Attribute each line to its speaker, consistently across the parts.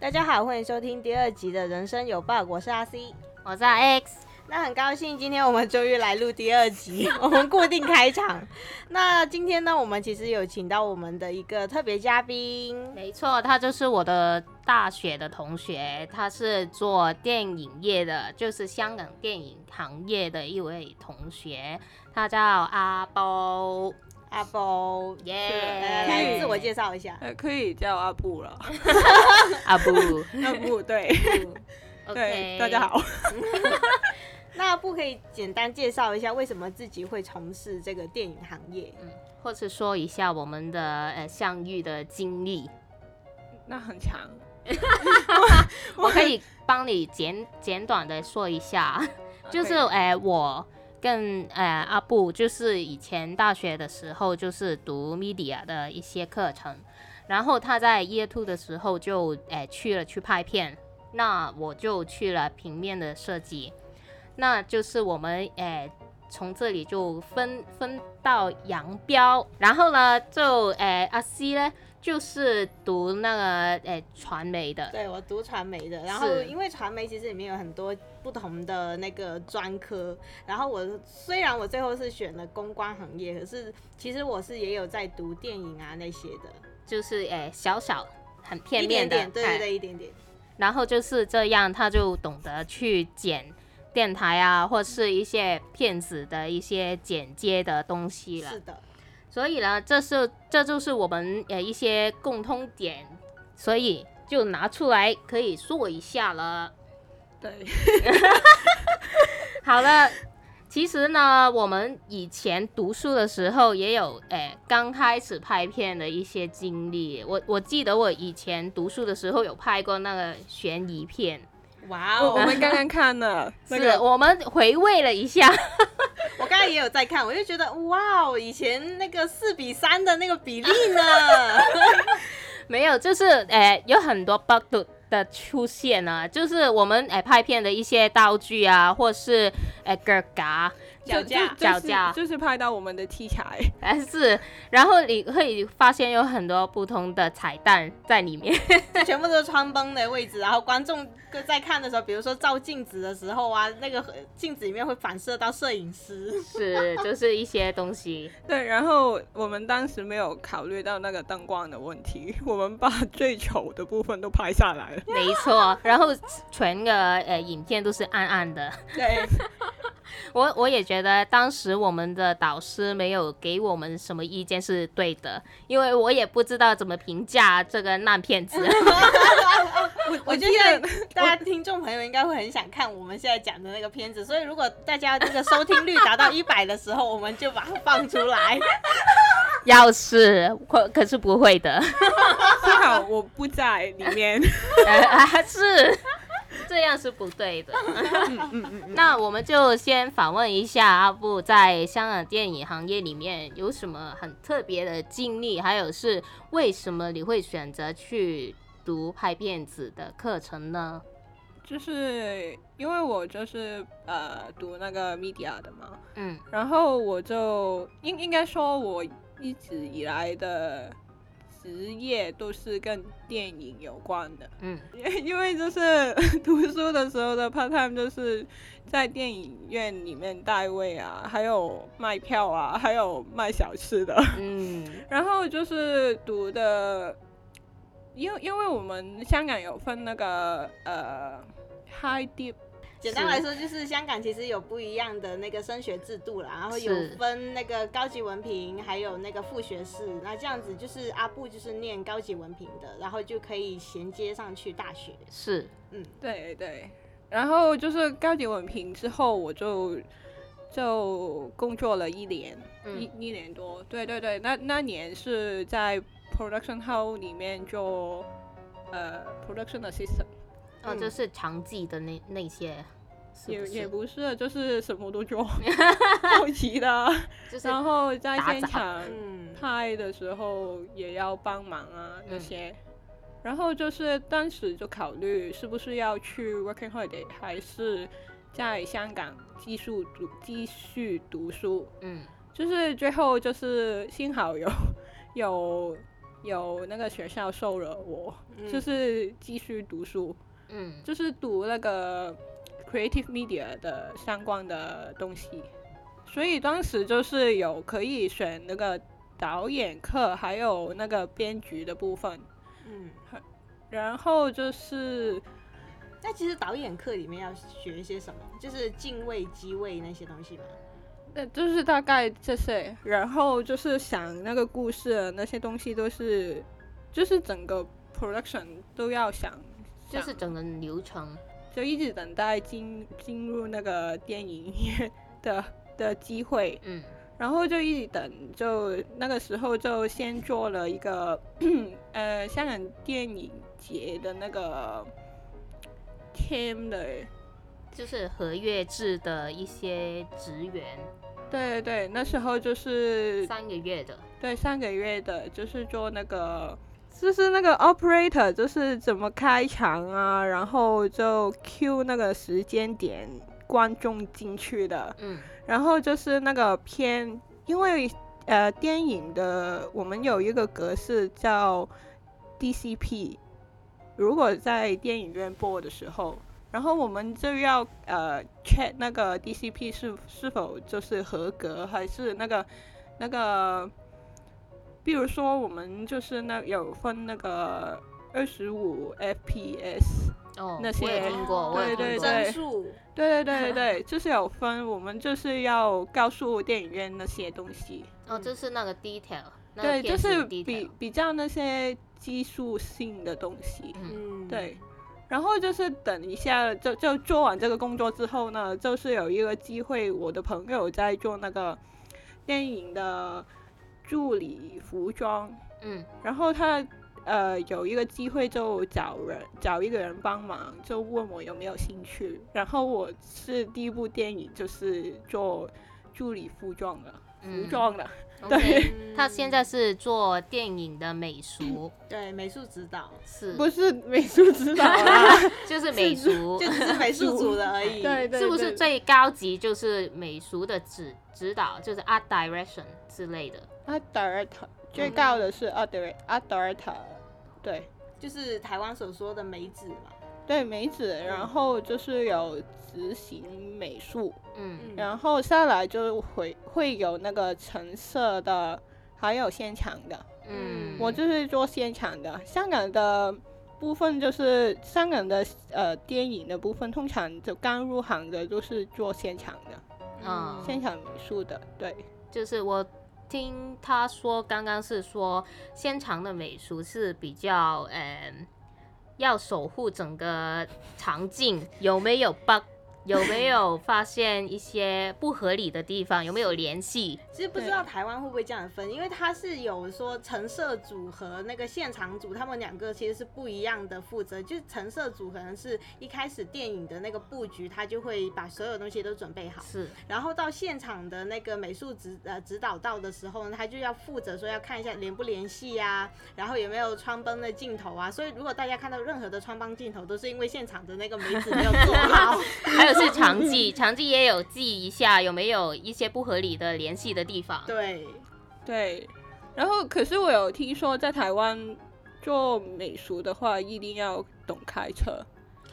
Speaker 1: 大家好，欢迎收听第二集的人生有 bug，我是阿 C。
Speaker 2: 我知道 X，
Speaker 1: 那很高兴今天我们终于来录第二集， 我们固定开场。那今天呢，我们其实有请到我们的一个特别嘉宾，
Speaker 2: 没错，他就是我的大学的同学，他是做电影业的，就是香港电影行业的一位同学，他叫阿包。
Speaker 1: 阿包。
Speaker 2: 耶
Speaker 1: 来来来，自我介绍一下。
Speaker 3: 呃，可以叫阿 布了，
Speaker 2: 阿布。
Speaker 3: 阿 布对 对，
Speaker 2: OK，
Speaker 3: 大家。好。
Speaker 1: 那不可以简单介绍一下为什么自己会从事这个电影行业？
Speaker 2: 或是说一下我们的呃相遇的经 历，
Speaker 3: 那很强，
Speaker 2: 我可以帮你简简短的说一下。就是哎、呃我跟哎、呃阿布，就是以前大学的时候，就是读 media 的一些课程，然后他在 year two 的时候就哎、呃去了去拍片，那我就去了平面的设计，那就是我们哎。呃从这里就分分到扬镳，然后呢，就哎阿西呢，就是读那个哎传媒的，
Speaker 1: 对我读传媒的，然后
Speaker 2: 是
Speaker 1: 因为传媒其实里面有很多不同的那个专科，然后我虽然我最后是选了公关行业，可是其实我是也有在读电影啊那些的，
Speaker 2: 就是哎小小很片
Speaker 1: 一
Speaker 2: 面
Speaker 1: 点点，
Speaker 2: 的，
Speaker 1: 对对
Speaker 2: 哎
Speaker 1: 对，一点点。
Speaker 2: 然后就是这样，他就懂得去剪电台啊，或是一些骗子的一些剪接的东西了
Speaker 1: 是。 的，
Speaker 2: 所以呢，这是这就是我们呃一些共通点，所以就拿出来可以说一下了。
Speaker 3: 对，
Speaker 2: 好了， 其实呢，我们以前读书的时候也有诶，刚开始拍片的一些经历。我我记得我以前读书的时候有拍过那个悬疑片，
Speaker 1: 哇
Speaker 3: 我
Speaker 1: 哦！
Speaker 3: 我们刚刚看了那
Speaker 2: 是
Speaker 3: 个，
Speaker 2: 我们回味了一下，
Speaker 1: 我刚才也有在看，我就觉得哇哦，以前那个四比三的那个比例 呢，
Speaker 2: 没有，就是呃，有很多 bug 的的出现啊，就是我们呃拍片的一些道具啊，或是呃 g 嘎，
Speaker 1: 脚
Speaker 3: 就
Speaker 1: 架
Speaker 3: 就就是
Speaker 2: 脚架
Speaker 3: 就是拍到我们的器材，
Speaker 2: 但是然后你会发现有很多不同的彩蛋在里面。
Speaker 1: 全部都是穿崩的位置，然后观众在看的时候，比如说照镜子的时候啊，那个镜子里面会反射到摄影师。
Speaker 2: 是，就是一些东西，
Speaker 3: 对，然后我们当时没有考虑到那个灯光的问题，我们把 最丑的部分都拍下来了。
Speaker 2: 没错。然后全个呃影片都是暗暗的。
Speaker 1: 对，
Speaker 2: 我我也觉得当时我们的导师没有给我们什么意见是对的，因为我也不知道怎么评价这个烂片子。
Speaker 1: 我觉
Speaker 3: 记得
Speaker 1: 得 大家听众朋友应该会很想看我们现在讲的那个片子，所以如果大家这个收听率 达到一百的时候，我们就把它放出来。
Speaker 2: 要是可可是不会 的，
Speaker 3: 幸好我不在里 面。
Speaker 2: 呃啊是这样是不对 的。嗯那我们就先访问一下阿布在香港电影行业里面有什么很特别的经历，还有是为什么你会选择去读拍片子的课程呢？
Speaker 3: 就是因为我就是呃读那个 media 的嘛，
Speaker 2: 嗯，
Speaker 3: 然后我就应应该说，我一直以来的职业都是跟电影有关的，
Speaker 2: 嗯，
Speaker 3: 因为就是 读书的时候的 part time 就是在电影院里面带位啊，还有卖票啊，还有卖小吃的。
Speaker 2: 嗯，
Speaker 3: 然后就是读的，因为因为我们香港有分那个呃 high deep
Speaker 1: 简单来说，就是香港其实有不一样的那个升学制度啦，然后有
Speaker 2: 是
Speaker 1: 分那个高级文凭，还有那个副学士。那这样子就是阿布就是念高级文凭的，然后就可以衔接上去大学。
Speaker 2: 是，
Speaker 1: 嗯，
Speaker 3: 对对，然后就是高级文凭之后，我就就工作了一年，一
Speaker 2: 嗯
Speaker 3: 一年多。对对对，那那年是在 production house 里面做呃 production assistant，
Speaker 2: 哦，就是常记的那那些，是不
Speaker 3: 嗯也也
Speaker 2: 是？
Speaker 3: 不是，就是什么 都做，后期的。
Speaker 2: 就是
Speaker 3: 然后在
Speaker 2: 打
Speaker 3: 现
Speaker 2: 杂
Speaker 3: 场
Speaker 1: 嗯，
Speaker 3: 拍的时候也要帮忙啊那
Speaker 2: 嗯
Speaker 3: 些。然后就是当时就考虑是不是要去 working holiday，还是在香港继续读继续读书。
Speaker 2: 嗯
Speaker 3: 就是最后就是幸好有有有那个学校收了我，
Speaker 1: 嗯
Speaker 3: 就是继续读书，
Speaker 2: 嗯
Speaker 3: 就是读那个 creative media 的相关的东西，所以当时就是有可以选那个导演课，还有那个编剧的部分，
Speaker 1: 嗯，
Speaker 3: 然后就是
Speaker 1: 那其实导演课里面要学一些什么？就是敬畏、机位那些东西吗？
Speaker 3: 呃，就是大概这些，然后就是想那个故事啊那些东西都是，就是整个 production 都要想，
Speaker 2: 就
Speaker 3: 想
Speaker 2: 是整个流程。
Speaker 3: 就一直等待进进入那个电影院的的机会，
Speaker 2: 嗯
Speaker 3: 然后就一直等，就那个时候就先做了一个 呃香港电影节的那个 team 的，
Speaker 2: 就是合约制的一些职员，
Speaker 3: 对对，那时候就是
Speaker 2: 三个月的，
Speaker 3: 对，上个月的就是做那个，就是那个 operator，就是怎么开场啊，然后就 cue 那个时间点观众进去的，
Speaker 2: 嗯
Speaker 3: 然后就是那个片，因为呃电影的我们有一个格式叫 DCP，如果在电影院播的时候。然后我们就要呃 check 那个 DCP 是是否就是合格，还是那个那个，比如说我们就是那有分那个二十五 FPS，
Speaker 2: 哦，
Speaker 3: 那
Speaker 2: 我有
Speaker 3: 些
Speaker 2: 听过，我有
Speaker 3: 对
Speaker 2: 听过，
Speaker 3: 对
Speaker 1: 帧数，
Speaker 3: 对对对对对， 就是有分，我们就是要告诉电影院那些东西，
Speaker 2: 哦，就是那个 detail，那个
Speaker 3: 对，就
Speaker 2: 片子
Speaker 3: 是
Speaker 2: detail
Speaker 3: 比比较那些技术性的东西，
Speaker 2: 嗯
Speaker 1: 嗯，
Speaker 3: 对。然后就是等一下，就就做完这个工作之后呢，就是有一个机会，我的朋友在做那个电影的助理服装，
Speaker 2: 嗯
Speaker 3: 然后他呃有一个机会就找人找一个人帮忙，就问我有没有兴趣。然后我是第一部电影就是做助理服装的，服
Speaker 2: 嗯
Speaker 3: 装的，
Speaker 2: ，OK，
Speaker 1: 嗯
Speaker 2: 他现在是做电影的美术，
Speaker 1: 对美术指导，
Speaker 2: 是
Speaker 3: 不是美术指 导啦，
Speaker 2: 就是美 术
Speaker 1: 就，只是美术组的而已。
Speaker 3: 对对对，
Speaker 2: 是不是最高级就是美术的指指导，就是 art direction 之类的，
Speaker 3: a director 最
Speaker 2: 嗯
Speaker 3: 高的是哦 a direct a director，对。
Speaker 1: 就是台湾所说的美指嘛。
Speaker 3: 对美指，
Speaker 2: 嗯
Speaker 3: 然后就是有执行美术，
Speaker 2: 嗯
Speaker 1: 嗯
Speaker 3: 然后下来就会会有那个橙色的，还有现场的，
Speaker 2: 嗯，
Speaker 3: 我就是做现场的，香港的部分就是香港的呃电影的部分，通常就刚入行的都是做现场的，
Speaker 2: 嗯
Speaker 3: 现场美术的，对，
Speaker 2: 就是我听他说，刚刚是说现场的美术是比较嗯，要守护整个场景有没有 bug，有没有发现一些不合理的地方，有没有联系？
Speaker 1: 其实不知
Speaker 3: 对
Speaker 1: 道台湾会不会这样分，因为它是有说橙色组和那个现场组，他们两个其实是不一样的负责。就是橙色组可能是一开始电影的那个布局，他就会把所有东西都准备好，
Speaker 2: 是，
Speaker 1: 然后到现场的那个美术指呃指导到的时候呢，他就要负责说要看一下联不联系呀、然后有没有穿帮的镜头啊。所以如果大家看到任何的穿帮镜头，都是因为现场的那个美指没有做 好。
Speaker 2: 还有是场记，场记也有记一下有没有一些不合理的联系的地方。
Speaker 1: 对，
Speaker 3: 对，然后可是我有听说在台湾做美术的话，一定要懂开车，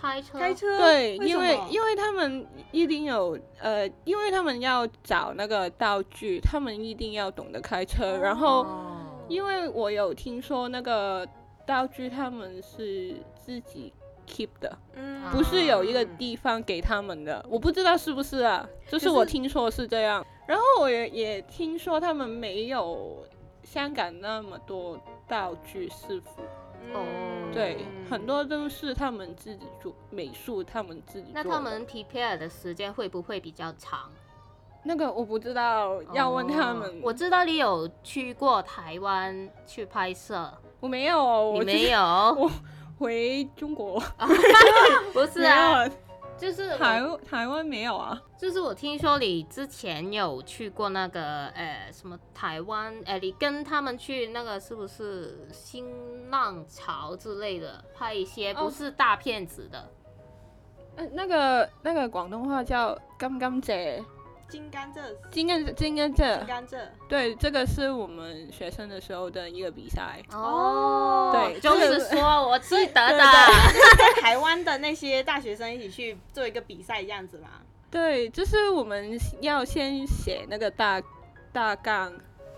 Speaker 2: 开车，
Speaker 1: 开车
Speaker 3: 对，因
Speaker 1: 为
Speaker 3: 为
Speaker 1: 什么
Speaker 3: 因为他们一定有呃，因为他们要找那个道具，他们一定要懂得开车，呃然后。
Speaker 2: 哦，
Speaker 3: 因为我有听说那个道具他们是自己 keep 的，
Speaker 1: 嗯
Speaker 3: 不是有一个
Speaker 1: 嗯
Speaker 3: 地方给他们的，我不知道是不是啊，就是
Speaker 1: 可是
Speaker 3: 我听说是这样。然后我也也听说他们没有香港那么多道具师傅，
Speaker 1: 嗯
Speaker 3: 哦对，
Speaker 1: 嗯
Speaker 3: 很多都是他们自己做美术，他们自己做的。
Speaker 2: 那他们 prepare 的时间会不会比较长？
Speaker 3: 那个我不知道，要问他们。
Speaker 2: 哦我知道你有去过台湾去拍摄，
Speaker 3: 我没有哦，
Speaker 2: 你
Speaker 3: 我
Speaker 2: 没
Speaker 3: 有
Speaker 2: 有？
Speaker 3: 回中国，
Speaker 2: 不是
Speaker 3: 没
Speaker 2: 啊，
Speaker 3: 有
Speaker 2: 就是
Speaker 3: 台
Speaker 2: 我
Speaker 3: 湾台湾没有啊。
Speaker 2: 就是我听说你之前有去过那个呃什么台湾，呃你跟他们去那个是不是新浪潮之类的拍一些
Speaker 3: 哦
Speaker 2: 不是大片子的？
Speaker 3: 呃那个那个广东话叫金金姐，
Speaker 1: 金甘蔗，
Speaker 3: 金甘金甘
Speaker 1: 金
Speaker 3: 蔗，
Speaker 1: 甘蔗，
Speaker 3: 对，这个是我们学生的时候的一个比赛。
Speaker 2: 哦，
Speaker 3: 对
Speaker 2: 就
Speaker 3: 这
Speaker 2: 是
Speaker 3: 个
Speaker 2: 说我记得
Speaker 3: 对
Speaker 2: 的，
Speaker 1: 跟
Speaker 3: 对
Speaker 1: 台湾的那些大学生一起去做一个比赛，这样子嘛。
Speaker 3: 对，就是我们要先写那个大大纲，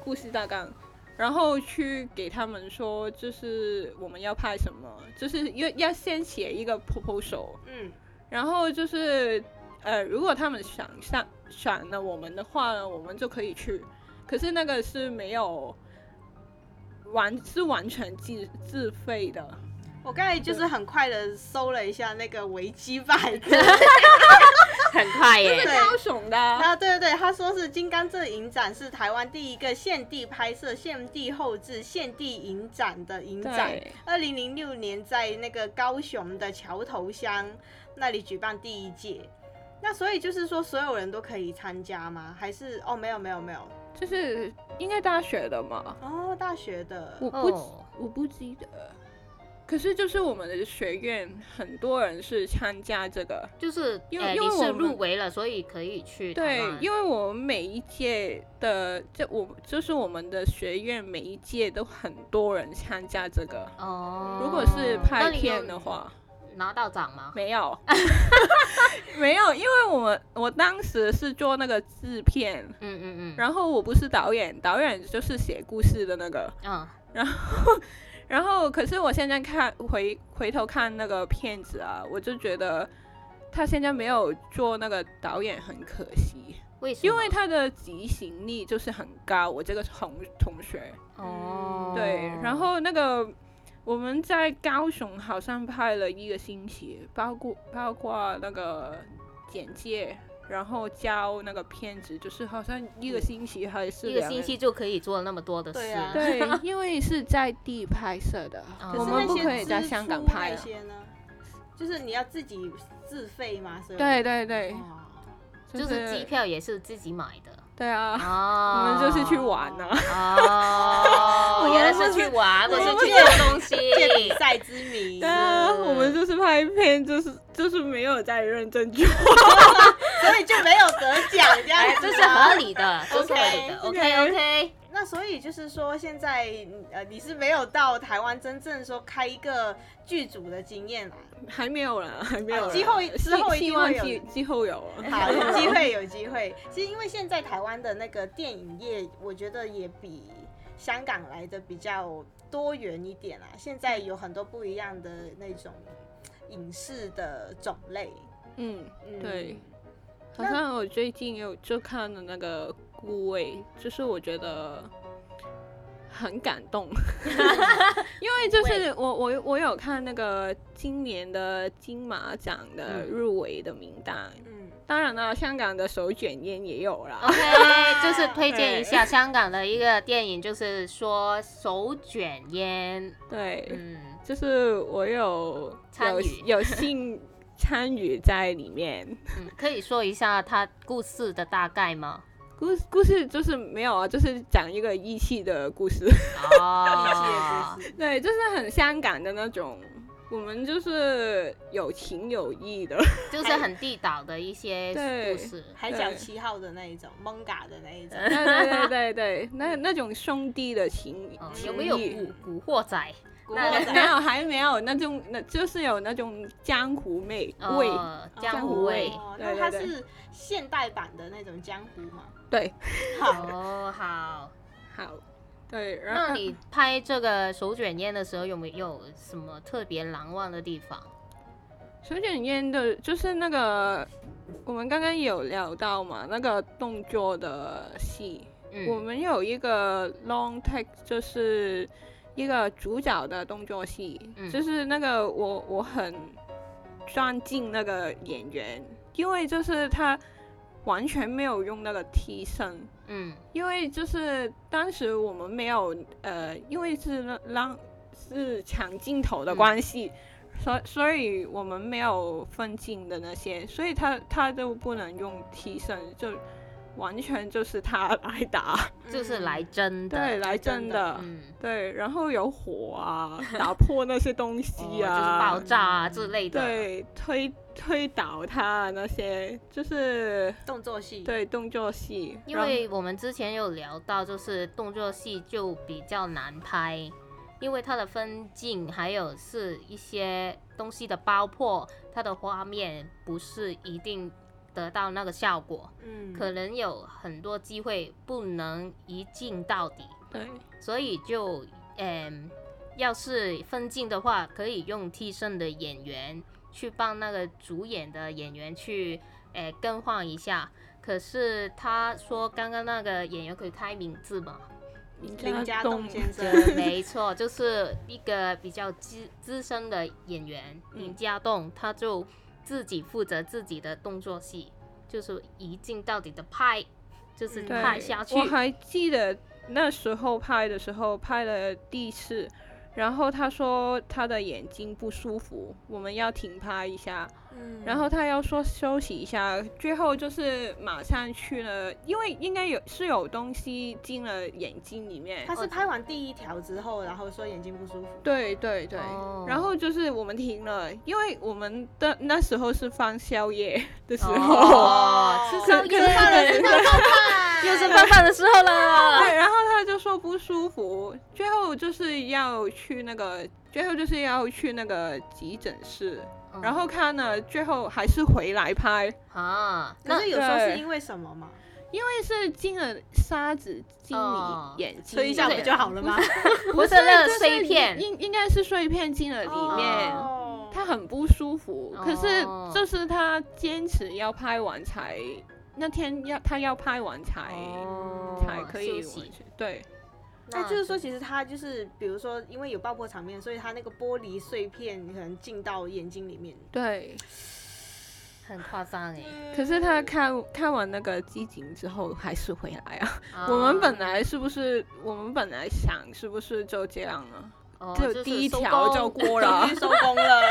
Speaker 3: 故事大纲，然后去给他们说，就是我们要拍什么，就是要要先写一个 proposal，
Speaker 1: 嗯，
Speaker 3: 然后就是呃，如果他们想上选了我们的话呢，我们就可以去，可是那个是没有完是完全自自费的，
Speaker 1: 我刚才就是很快的搜了一下那个维基百 科，
Speaker 2: 很快耶。
Speaker 1: 对
Speaker 3: 高雄的啊、
Speaker 1: 啊，对对对，他说是金刚镇影展是台湾第一个现地拍摄、现地后置、现地影展的影展
Speaker 3: 对。
Speaker 1: 二零零六年在那个高雄的桥头乡那里举办第一届。那所以就是说，所有人都可以参加吗？还是哦，没有没有没有，
Speaker 3: 就是应该大学的嘛，
Speaker 1: 哦，大学的，
Speaker 3: 我不、
Speaker 2: 哦，
Speaker 3: 我不记得。可是就是我们的学院很多人是参加这个，
Speaker 2: 就是
Speaker 3: 因为
Speaker 2: 呃
Speaker 3: 因
Speaker 2: 你
Speaker 3: 为
Speaker 2: 是
Speaker 3: 我们
Speaker 2: 入围了，所以可以去
Speaker 3: 对
Speaker 2: 台湾。，
Speaker 3: 因为我们每一届的，就我就是我们的学院每一届都很多人参加这个。
Speaker 2: 哦，
Speaker 3: 如果是
Speaker 2: 那
Speaker 3: 拍
Speaker 2: 你有
Speaker 3: 片的话，
Speaker 2: 拿到奖吗？
Speaker 3: 没 有， 没有，因为我们我当时是做那个制片，
Speaker 2: 嗯嗯嗯，
Speaker 3: 然后我不是导演，导演就是写故事的那个，
Speaker 2: 嗯
Speaker 3: 然后，可是我现在看回回头看那个片子啊，我就觉得他现在没有做那个导演很可惜，
Speaker 2: 为什么？
Speaker 3: 因为他的执行力就是很高。我这个同同学
Speaker 2: 哦，
Speaker 3: 对，然后那个我们在高雄好像拍了一个星期，包括包括那个简介，然后教那个片子，就是好像一个星期还是
Speaker 2: 一个
Speaker 3: 两
Speaker 2: 星期就可以以做那么多的事，
Speaker 1: 对啊
Speaker 3: 对， 因为是在地拍摄的
Speaker 2: 哦，
Speaker 1: 可
Speaker 3: 我
Speaker 1: 是
Speaker 3: 们
Speaker 1: 那
Speaker 3: 不
Speaker 1: 些
Speaker 3: 可以在
Speaker 1: 支
Speaker 3: 香
Speaker 1: 出
Speaker 3: 港拍
Speaker 1: 那
Speaker 3: 啊。
Speaker 1: 些呢？就是你要自己自费吗？所以
Speaker 3: 对对对，
Speaker 1: 哇
Speaker 2: 就是机。票也是自己买的
Speaker 3: 对啊，
Speaker 1: 哦
Speaker 3: 我
Speaker 2: 啊
Speaker 3: 们就是去玩啊 呢、
Speaker 2: 哦，原来是去玩，我是去做东西，
Speaker 1: 借比赛之名
Speaker 3: 对，啊， 我们就是拍片，就是就是没有在认真做。
Speaker 1: 所以就没有得 奖这样
Speaker 2: 哎，
Speaker 1: 子、啊
Speaker 2: 这是合。理 的，这是合理的，OK
Speaker 3: OK，OK
Speaker 2: OK，
Speaker 1: 那所以就是说，现在呃，你是没有到台湾真正说开一个剧组的经验啊啦。
Speaker 3: 还没有啦，还没有
Speaker 1: 啊
Speaker 3: 啦。
Speaker 1: 之后之后一
Speaker 3: 希
Speaker 1: 定
Speaker 3: 希望
Speaker 1: 会有
Speaker 3: 之之后有啊。
Speaker 1: 好，有机会，有机会。其实因为现在台湾的那个电影业，我觉得也比香港来的比较多元一点啦。啊现在有很多不一样的那种影视的种类。
Speaker 3: 嗯，
Speaker 1: 嗯，
Speaker 3: 对。好像我最近有就看了那个《孤味》，就是我觉得很感 动，因为就是我我我有看那个今年的金马奖的
Speaker 2: 嗯
Speaker 3: 入围的名单，
Speaker 1: 嗯，
Speaker 3: 当然了，香港的手卷烟也有
Speaker 2: 哦
Speaker 3: 啦。
Speaker 2: OK，就是推荐一下香港的一个电影，就是说手卷烟，
Speaker 3: 对，
Speaker 2: 嗯，
Speaker 3: 就是我有
Speaker 2: 参与
Speaker 3: 有 有幸参与在里面。
Speaker 2: 嗯，可以说一下它故事的大概 吗？
Speaker 3: 故事故事就是没有啊，就是讲一个义气的故事。
Speaker 2: 哦啊
Speaker 1: 谢，谢。
Speaker 3: 对，就是很香港的那种，我们就是有情有义的。
Speaker 2: 就是很地道的一些
Speaker 3: 对
Speaker 2: 故事。
Speaker 1: 海角
Speaker 3: 对
Speaker 1: 七号的那一种，蒙嘎的那一种。
Speaker 3: 对对对对 对，那那种兄弟的情
Speaker 2: 哦，
Speaker 3: 情
Speaker 2: 有没有
Speaker 3: 谊
Speaker 2: 古古惑仔？
Speaker 1: 古
Speaker 2: 那
Speaker 1: 惑
Speaker 3: 没
Speaker 1: 仔
Speaker 3: 有，还没有那种，那就是有那种江湖妹味。
Speaker 2: 呃，江
Speaker 3: 江
Speaker 2: 湖
Speaker 3: 湖
Speaker 2: 味
Speaker 3: 味。
Speaker 1: 哦那
Speaker 3: 对
Speaker 1: 它
Speaker 3: 对对
Speaker 1: 是现代版的那种江湖嘛？
Speaker 3: 对，
Speaker 1: 好，
Speaker 2: 哦， 好。
Speaker 3: 好，对，然后
Speaker 2: 那你拍这个手卷烟的时候，有没有什么特别难忘的地方？
Speaker 3: 手卷烟的，就是那个我们刚刚有聊到嘛，那个动作的戏，我
Speaker 2: 嗯，
Speaker 3: 们有一个 long take，就是一个主角的动作戏，
Speaker 2: 嗯
Speaker 3: 就是那个我我很尊敬那个演员，因为就是他完全没有用那个替身。
Speaker 2: 嗯，
Speaker 3: 因为就是当时我们没有呃，因为是让是抢镜头
Speaker 2: 嗯
Speaker 3: 的关系，所所以我们没有分镜的那些，所以他他就不能用替身，就完全就是他来打，
Speaker 2: 就是来真的，
Speaker 3: 对，来真
Speaker 1: 真的
Speaker 3: 的，
Speaker 2: 嗯，
Speaker 3: 对，然后有火啊，打破那些东
Speaker 2: 哦
Speaker 3: 西
Speaker 2: 就是
Speaker 3: 啊，
Speaker 2: 爆炸啊之类的，
Speaker 3: 对，推推倒他啊那些，就是
Speaker 1: 动作戏，
Speaker 3: 对动作戏，
Speaker 2: 因
Speaker 3: 然后
Speaker 2: 为我们之前有聊到，就是动作戏就比较难拍，因为它的分镜还有是一些东西的爆破，它的画面不是一定得到那个效果，
Speaker 1: 嗯，
Speaker 2: 可能有很多机会不能一镜到底，
Speaker 3: 对
Speaker 2: 所以就嗯，要是分镜的话，可以用替身的演员去帮那个主演的演员去诶、呃更换一下。可是他说刚刚那个演员可以开名字嘛？
Speaker 1: 林家栋先 生
Speaker 2: 呃没错，就是一个比较资资深的演员林家栋，他就自己负责自己的动作戏，就是一镜到底的拍，就是
Speaker 1: 嗯
Speaker 3: 对
Speaker 2: 拍下去。
Speaker 3: 我还记得那时候拍的时候拍了第一次，然后他说他的眼睛不舒服，我们要停拍一下，
Speaker 1: 嗯
Speaker 3: 然后他要说休息一下，最后就是马上去了，因为应该有是有东西进了眼睛里面
Speaker 1: 他。是拍完第一条之后，然后说眼睛不舒服，
Speaker 3: 对对对
Speaker 2: 哦
Speaker 3: 然后就是我们停了，因为我们的那时候是放宵夜的时候，
Speaker 2: 哦，吃
Speaker 3: 可
Speaker 2: 宵夜
Speaker 3: 可是
Speaker 2: 了，
Speaker 3: 对
Speaker 2: 吃宵又是饭饭的时候了。
Speaker 3: 对，然后他就说不舒服，最后就是要去那个，最后就是要去那个急诊室，
Speaker 1: 嗯
Speaker 3: 然
Speaker 2: 哦
Speaker 3: 后看了，最后还是回来拍，
Speaker 2: 啊，
Speaker 1: 可
Speaker 2: 那
Speaker 1: 是有时候是
Speaker 3: 对
Speaker 1: 因为什么嘛？
Speaker 3: 因为是进了沙子进
Speaker 2: 哦
Speaker 3: 你眼睛，
Speaker 1: 嗯吹一下不就好了吗？
Speaker 2: 不是那个碎片
Speaker 3: 应应该是碎片进了 里面。
Speaker 2: 哦
Speaker 3: 他很不舒服，可是
Speaker 2: 哦
Speaker 3: 就是他坚持要拍完才那天要他要拍完才、
Speaker 2: 哦
Speaker 3: 才可以
Speaker 2: 休息
Speaker 3: 完成对
Speaker 1: 那就是说，其实他就是，比如说，因为有爆破场面，所以他那个玻璃碎片可能进到眼睛里面。
Speaker 3: 对。
Speaker 2: 很夸张哎。
Speaker 3: 可是他看看完那个机警之后还是回来啊。
Speaker 2: 啊
Speaker 3: 我们本来是不是我们本来想是不是就这样啊？
Speaker 2: 哦
Speaker 3: 就
Speaker 2: 就是
Speaker 3: 第一
Speaker 2: 收
Speaker 3: 条
Speaker 2: 工
Speaker 3: 就
Speaker 1: 终
Speaker 3: 过了
Speaker 1: 于。收工了，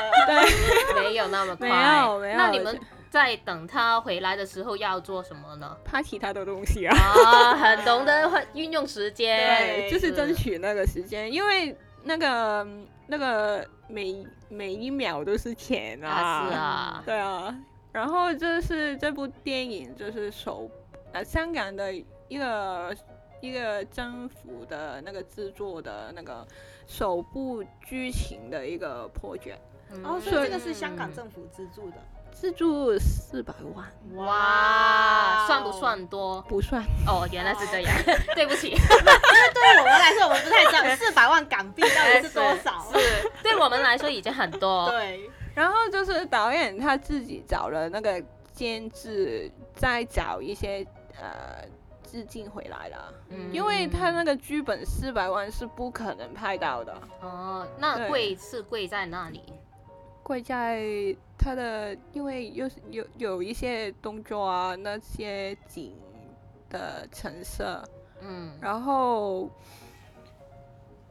Speaker 2: 没有那么快，
Speaker 3: 没有没有
Speaker 2: 那你们在等他回来的时候要做什么 呢？
Speaker 3: 拍其他的东西啊。
Speaker 2: 啊，很懂得运用时间，
Speaker 1: 对
Speaker 3: 就是争取那个时间，因为那个那个每每一秒都是钱啊。
Speaker 2: 啊，是啊，
Speaker 3: 对啊，然后就是这部电影就是首呃香港的一个一个政府的那个制作的那个首部剧情的一个 project，
Speaker 2: 嗯
Speaker 1: 哦，所以这个是香港政府资助的，
Speaker 3: 资助四百万，
Speaker 2: 嗯哇，算不算多？
Speaker 3: 不算
Speaker 2: 哦，原来是这 样，对不起。
Speaker 1: 对我们来说，我们不太知道四百万港币到底是多少。
Speaker 2: 哎
Speaker 3: 啊
Speaker 2: 是对我们来说已经很多。
Speaker 1: 对，
Speaker 3: 然后就是导演他自己找了那个监制，再找一些呃致敬回来了，
Speaker 2: 嗯
Speaker 3: 因为他那个剧本四百万是不可能拍到的，
Speaker 2: 哦，那
Speaker 3: 对
Speaker 2: 贵是贵在那里？
Speaker 3: 贵在他的，因为又是有有一些动作啊，那些景的成色，
Speaker 2: 嗯，
Speaker 3: 然后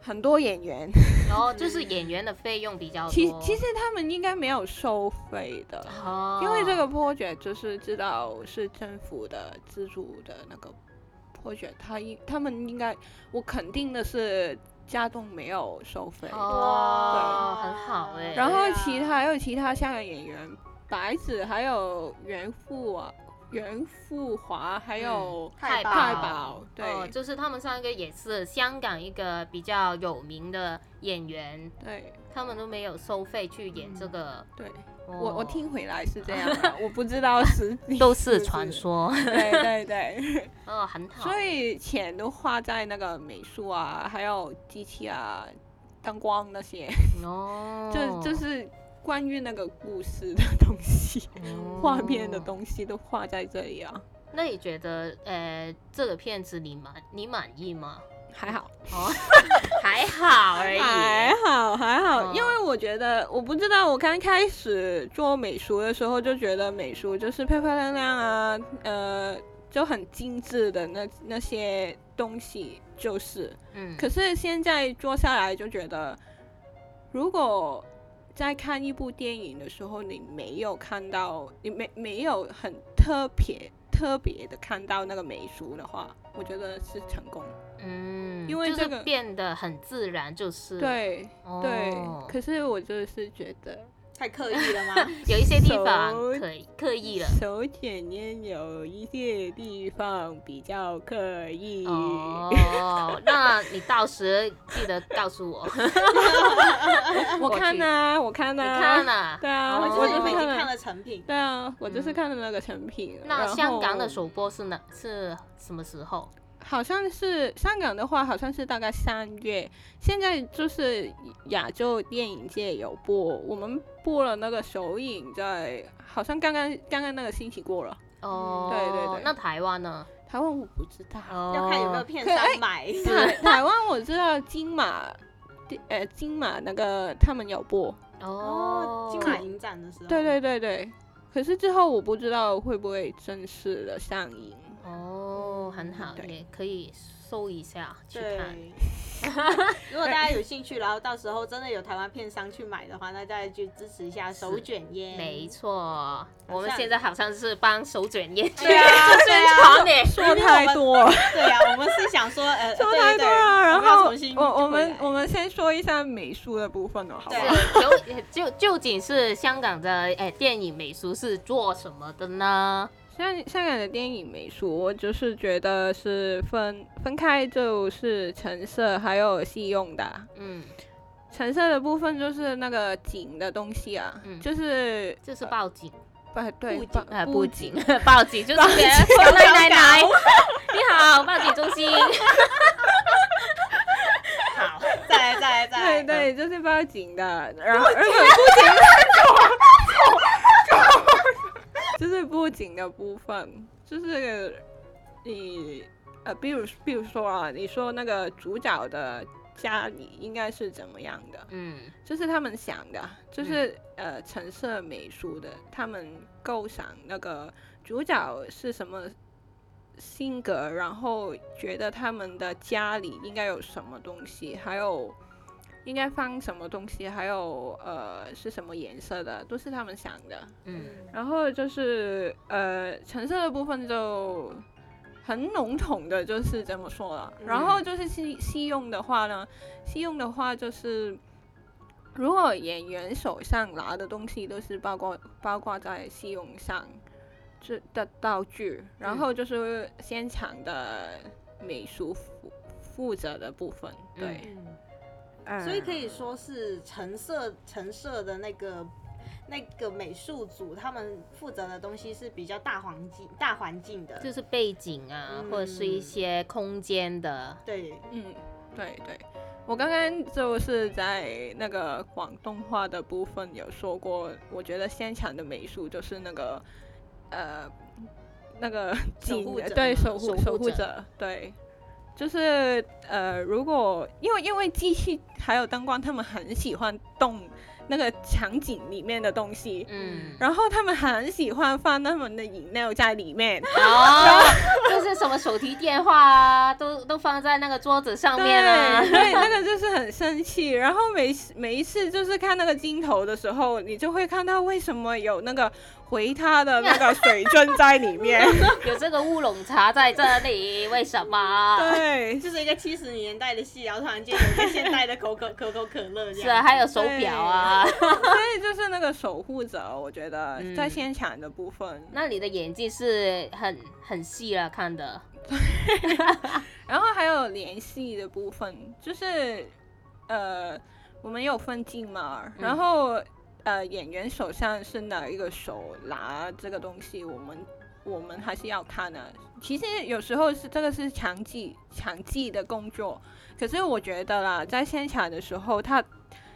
Speaker 3: 很多演员，
Speaker 2: 然后哦就是演员的费用比较多。
Speaker 3: 其其实他们应该没有收费的。
Speaker 2: 哦，
Speaker 3: 因为这个 project 就是知道是政府的资助的那个 project，他应他们应该，我肯定的是家栋没有收费，
Speaker 2: 哦，很好哎。
Speaker 3: 然后
Speaker 1: 对啊
Speaker 3: 其他还有其他香港演员，白子还有袁富啊，袁富华还有
Speaker 1: 太
Speaker 2: 宝，
Speaker 1: 宝
Speaker 3: 太保，对、
Speaker 2: 嗯哦，就是他们三个也是香港一个比较有名的演员，
Speaker 3: 对
Speaker 2: 他们都没有收费去演这个。
Speaker 3: 对，
Speaker 2: 哦
Speaker 3: 嗯我我听回来是这样 啊，我不知道实际
Speaker 2: 都
Speaker 3: 是
Speaker 2: 是
Speaker 3: 不
Speaker 2: 传
Speaker 3: 是，
Speaker 2: 说，
Speaker 3: 对对对，
Speaker 2: 哦，很好。
Speaker 3: 所以钱都花在那个美术啊，还有机器啊、灯光那些，
Speaker 2: 哦，
Speaker 3: 就就是关于那个故事的东西、画面的
Speaker 2: 哦
Speaker 3: 东西都画在这里啊，
Speaker 2: 那你觉得，呃，这个片子你满你满意吗？
Speaker 3: 还好。
Speaker 2: 哦，还好而
Speaker 3: 还
Speaker 2: 已。
Speaker 3: 好还好，
Speaker 2: 嗯
Speaker 3: 因为我觉得我不知道，我刚开始做美术的时候就觉得美术就是漂漂亮亮啊，呃，就很精致的那那些东西就是。
Speaker 2: 嗯，
Speaker 3: 可是现在做下来就觉得，如果在看一部电影的时候，你没有看到，你没没有很特别特特别的看到那个美术的话，我觉得是成功。
Speaker 2: 嗯，
Speaker 3: 因为
Speaker 2: 就
Speaker 3: 这
Speaker 2: 是
Speaker 3: 个
Speaker 2: 变得很自然，就是，
Speaker 3: 对对
Speaker 2: 哦，
Speaker 3: 可是我就是觉得
Speaker 1: 太刻意了 吗？
Speaker 2: 有一些地方
Speaker 3: 手
Speaker 2: 可以刻意了。
Speaker 3: 手检验有一些地方比较刻意。
Speaker 2: 哦，那你到时记得告诉我。
Speaker 3: 我看
Speaker 2: 呢，
Speaker 3: 呐、我看
Speaker 2: 你
Speaker 3: 呐、
Speaker 2: 看了。
Speaker 3: 对啊，
Speaker 2: 哦
Speaker 1: 我
Speaker 3: 我
Speaker 1: 就是因
Speaker 3: 是
Speaker 1: 为已经
Speaker 3: 看
Speaker 1: 看
Speaker 3: 了，
Speaker 1: 了成品，
Speaker 3: 对啊，我就是
Speaker 2: 嗯
Speaker 3: 看了那个成品。
Speaker 2: 那
Speaker 3: 然后
Speaker 2: 香港的首播是哪是什么时候？
Speaker 3: 好像是香港的话，好像是大概三月。现在就是亚洲电影界有播，我们播了那个首映在，好像刚刚刚刚那个星期过了。
Speaker 2: 哦，
Speaker 3: 对对对
Speaker 2: 那台湾呢？
Speaker 3: 台湾我不知道，
Speaker 2: 哦，
Speaker 1: 要看有没有片
Speaker 3: 可哎
Speaker 1: 商买。
Speaker 3: 台台湾我知道金马，呃金马那个他们有播，
Speaker 2: 哦，
Speaker 1: 金马影展的时候，
Speaker 3: 对对对对。可是之后我不知道会不会正式的上映。
Speaker 2: 哦，很好，
Speaker 3: 对
Speaker 2: 也可以搜一下去看。
Speaker 1: 对。如果大家有兴趣，然后到时候真的有台湾片商去买的话，那大家去支持一下手卷烟。
Speaker 2: 没错，
Speaker 1: 像
Speaker 2: 我们现在好像是帮手卷烟
Speaker 1: 对 啊，对啊，
Speaker 2: 好呢。
Speaker 3: 说太多了，
Speaker 1: 对啊，我们是想说， 呃，
Speaker 3: 说
Speaker 1: 对
Speaker 3: 太
Speaker 1: 对
Speaker 3: 多
Speaker 1: 对
Speaker 3: 了。然
Speaker 1: 我们要
Speaker 3: 后
Speaker 1: 重新
Speaker 3: 我我
Speaker 1: 回
Speaker 3: 们
Speaker 1: 来
Speaker 3: 我们先说一下美术的部分了，哦好不好？
Speaker 2: 是究究究竟是香港的哎电影美术是做什么的呢？
Speaker 3: 香香港的电影美术，我就是觉得是分分开，就是橙色还有戏用的。
Speaker 2: 嗯，
Speaker 3: 橙色的部分就是那个景的东西啊，
Speaker 2: 嗯
Speaker 3: 就是
Speaker 2: 就是报警，
Speaker 3: 不对
Speaker 1: 布景
Speaker 3: 报
Speaker 2: 呃，
Speaker 3: 布
Speaker 2: 布
Speaker 3: 景
Speaker 2: 景，报警 就是别人哦
Speaker 1: 报警
Speaker 2: 奶奶奶， 你好，报警中心。
Speaker 1: 好，再来再来再
Speaker 3: 对
Speaker 1: 来，
Speaker 3: 对，就是报警的。然后而且布景就是布景的部分，就是你呃，比如比如说啊，你说那个主角的家里应该是怎么样的？
Speaker 2: 嗯
Speaker 3: 就是他们想的，啊就是、呃橙色美术的，他们构想那个主角是什么性格，然后觉得他们的家里应该有什么东西，还有应该放什么东西，还有呃是什么颜色的，都是他们想的。
Speaker 2: 嗯
Speaker 3: 然后就是呃橙色的部分就很笼统的，就是这么说了。然后就是西西用的话呢，西用的话就是，如果演员手上拿的东西都是包括包括在西用上这的道具，然后就是现场的美术负负责的部分，对，
Speaker 1: 嗯
Speaker 3: 嗯
Speaker 1: 所以可以说是橙色橙色的那个那个美术组，他们负责的东西是比较大环境大环境的，
Speaker 2: 就是背景啊，
Speaker 1: 嗯
Speaker 2: 或者是一些空间的。
Speaker 1: 对，
Speaker 3: 嗯，对对，我刚刚就是在那个广东话的部分有说过，我觉得现场的美术就是那个呃那个
Speaker 1: 守
Speaker 3: 景
Speaker 1: 护者
Speaker 3: 对
Speaker 1: 嘛
Speaker 3: 守护
Speaker 2: 守
Speaker 3: 守
Speaker 2: 护
Speaker 3: 护
Speaker 2: 者
Speaker 3: 者对。就是呃，如果因为因为机器还有灯光，他们很喜欢动那个场景里面的东西，
Speaker 2: 嗯，
Speaker 3: 然后他们很喜欢放他们的饮料在里面，
Speaker 2: 哦，就是什么手提电话啊，都都放在那个桌子上面啊
Speaker 3: 对，。所以那个就是很生气。然后每每一次就是看那个镜头的时候，你就会看到为什么有那个回他的那个水樽在里 面。
Speaker 2: 有这个乌龙茶在这里，为什么？
Speaker 3: 对，
Speaker 1: 就是一个七十年代的戏，然后突然间有一个现代的可口可口可乐这样，
Speaker 2: 是啊，还有手表啊。
Speaker 3: 所以就是那个守护者，我觉得
Speaker 2: 嗯
Speaker 3: 在现场的部分。
Speaker 2: 那你的眼睛是很很细了看的，
Speaker 3: 然后还有联系的部分，就是呃，我们有分镜嘛，然后、呃，演员手上是哪一个手拿这个东西，我们我们还是要看的、其实有时候是这个是强记强记的工作，可是我觉得啦，在现场的时候，他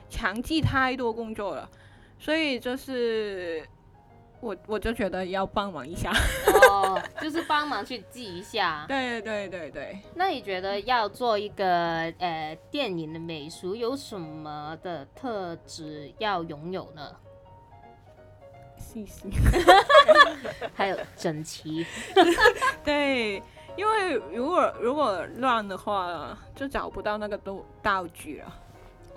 Speaker 3: 强记太多工作了，所以就是。我我就觉得要帮忙一下，
Speaker 2: 哦， 就是帮忙去记一下。
Speaker 3: 对对对对，
Speaker 2: 那你觉得要做一个呃电影的美术，有什么的特质要拥有呢？
Speaker 3: 细心。
Speaker 2: 还有整齐，
Speaker 3: 对，因为如果如果乱的话，就找不到那个道道具了。啊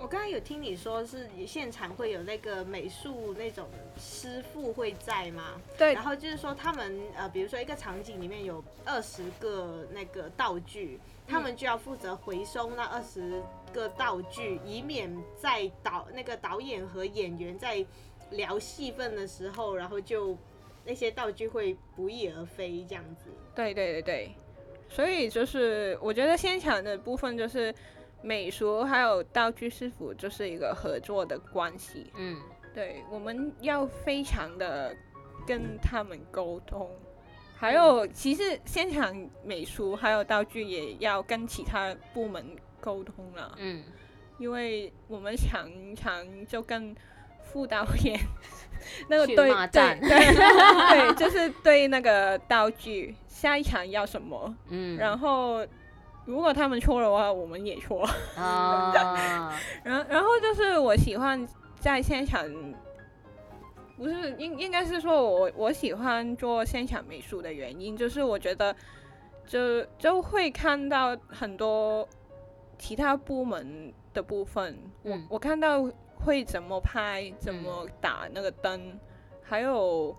Speaker 1: 我刚刚有听你说是现场会有那个美术那种师傅会在吗？
Speaker 3: 对
Speaker 1: 然后就是说他们呃，比如说一个场景里面有二十个那个道具，他们就要负责回收那二十个道具，以免在导那个导演和演员在聊戏份的时候，然后就那些道具会不翼而飞这样子。
Speaker 3: 对对对对，所以就是我觉得现场的部分就是美术还有道具师傅就是一个合作的关系，
Speaker 2: 嗯，
Speaker 3: 对，我们要非常的跟他们沟通。还有，其实现场美术还有道具也要跟其他部门沟通了，
Speaker 2: 嗯，
Speaker 3: 因为我们常常就跟副导 演那个
Speaker 2: 去
Speaker 3: 对
Speaker 2: 骂
Speaker 3: 对
Speaker 2: 战
Speaker 3: 对 对，就是对那个道具下一场要什么，
Speaker 2: 嗯，
Speaker 3: 然后如果他们错的话，我们也错。
Speaker 2: 啊，
Speaker 3: 然然后就是我喜欢在现场，不是应应该是说我我喜欢做现场美术的原因，就是我觉得就就会看到很多其他部门的部分，
Speaker 2: 嗯
Speaker 3: 我看到会怎么拍，怎么打那个灯，还有。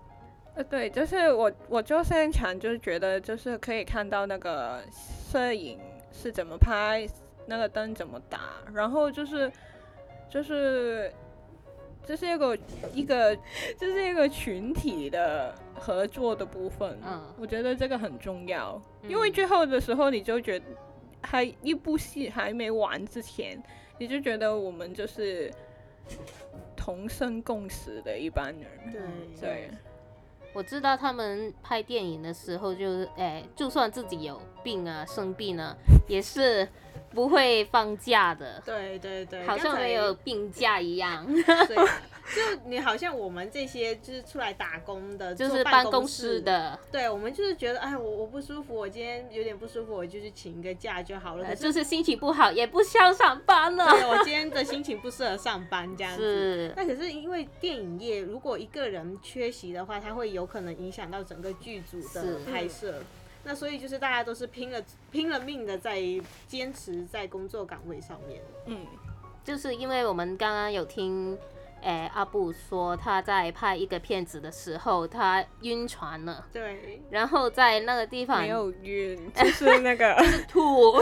Speaker 3: 呃，对，就是我，我做现场就是觉得，就是可以看到那个摄影是怎么拍，那个灯怎么打，然后就是，就是，这是一个一个，这是一个群体的合作的部分。
Speaker 2: 嗯
Speaker 3: 我觉得这个很重要，因为
Speaker 2: 嗯
Speaker 3: 最后的时候你就觉得，还一部戏还没完之前，你就觉得我们就是同生共死的一般人。
Speaker 1: 对
Speaker 3: 嗯对，
Speaker 2: 我知道他们拍电影的时候，就是哎，就算自己有病啊、生病啊，也是不会放假的，
Speaker 1: 对对对，
Speaker 2: 好
Speaker 1: 刚
Speaker 2: 像
Speaker 1: 才
Speaker 2: 没有病假一样。
Speaker 1: 所以就你好像我们这些就是出来打工的，
Speaker 2: 就是
Speaker 1: 坐
Speaker 2: 办
Speaker 1: 办
Speaker 2: 公室
Speaker 1: 室，
Speaker 2: 的，
Speaker 1: 对我们就是觉得，哎，我我不舒服，我今天有点不舒服，我就去请个假就好了。可
Speaker 2: 呃
Speaker 1: 是
Speaker 2: 就是心情不好也不想上班了。
Speaker 1: 对我今天的心情不适合上班这样子。
Speaker 2: 是，
Speaker 1: 那可是因为电影业，如果一个人缺席的话，他会有可能影响到整个剧组的
Speaker 2: 是
Speaker 1: 拍摄。那所以就是大家都是拼了拼了命的在坚持在工作岗位上面。
Speaker 3: 嗯，
Speaker 2: 就是因为我们刚刚有听，诶、阿布说他在拍一个片子的时候，他晕船了，
Speaker 1: 对，
Speaker 2: 然后在那个地方
Speaker 3: 没有晕，就是那个
Speaker 2: 吐，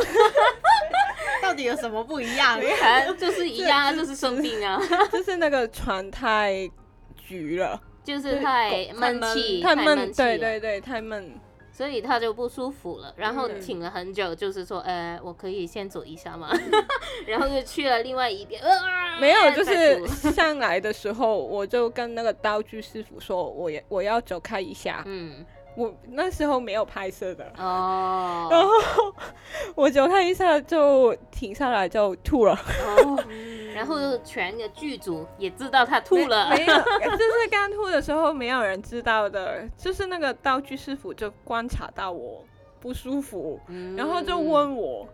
Speaker 1: 到底有什么不一样？
Speaker 2: 反正就是一样啊，就是生病啊，
Speaker 3: 就是那个船太橘了，
Speaker 2: 就是太闷气，
Speaker 3: 太
Speaker 2: 闷
Speaker 3: 闷，
Speaker 2: 气
Speaker 3: 对
Speaker 2: 了，
Speaker 3: 对对，太闷。
Speaker 2: 所以他就不舒服了，然后
Speaker 3: 嗯
Speaker 2: 挺了很久，就是说，呃，我可以先走一下嘛，然后就去了另外一边，啊
Speaker 3: 没有，就
Speaker 2: 再
Speaker 3: 是
Speaker 2: 吐
Speaker 3: 上来的时候，我就跟那个道具师傅说，我也我要走开一下。
Speaker 2: 嗯，
Speaker 3: 我那时候没有拍摄的，
Speaker 2: 哦，
Speaker 3: 然后我走开一下就停下来就吐了，
Speaker 2: 哦，然后全个剧组也知道他吐了，
Speaker 3: 没没有，就是刚吐的时候没有人知道的，就是那个道具师傅就观察到我不舒服，
Speaker 2: 嗯
Speaker 3: 然后就问我，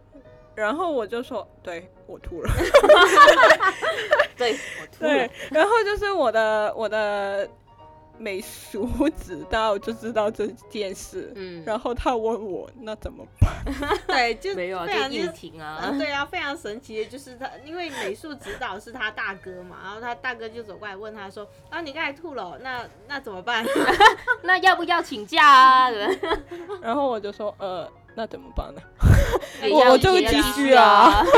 Speaker 3: 然后我就说，对我吐了。
Speaker 2: 对，我吐了
Speaker 3: 对，， 然后就是我的我的美术指导就知道这件事，
Speaker 2: 嗯，
Speaker 3: 然后他问我那怎么办？
Speaker 1: 对，就
Speaker 2: 没有啊，
Speaker 1: 非常
Speaker 2: 就
Speaker 1: 就是
Speaker 2: 硬挺
Speaker 1: 啊，
Speaker 2: 啊，
Speaker 1: 对啊，非常神奇的就是他，因为美术指导是他大哥嘛，然后他大哥就走过来问他说：“啊，你刚才吐了哦，那那怎么 办
Speaker 2: 那要不要请假啊？
Speaker 3: 然后我就说，呃，那怎么办呢？
Speaker 2: 也
Speaker 3: 我
Speaker 2: 要
Speaker 3: 我就
Speaker 2: 也要
Speaker 1: 急
Speaker 2: 请
Speaker 3: 需
Speaker 2: 假
Speaker 3: 啊。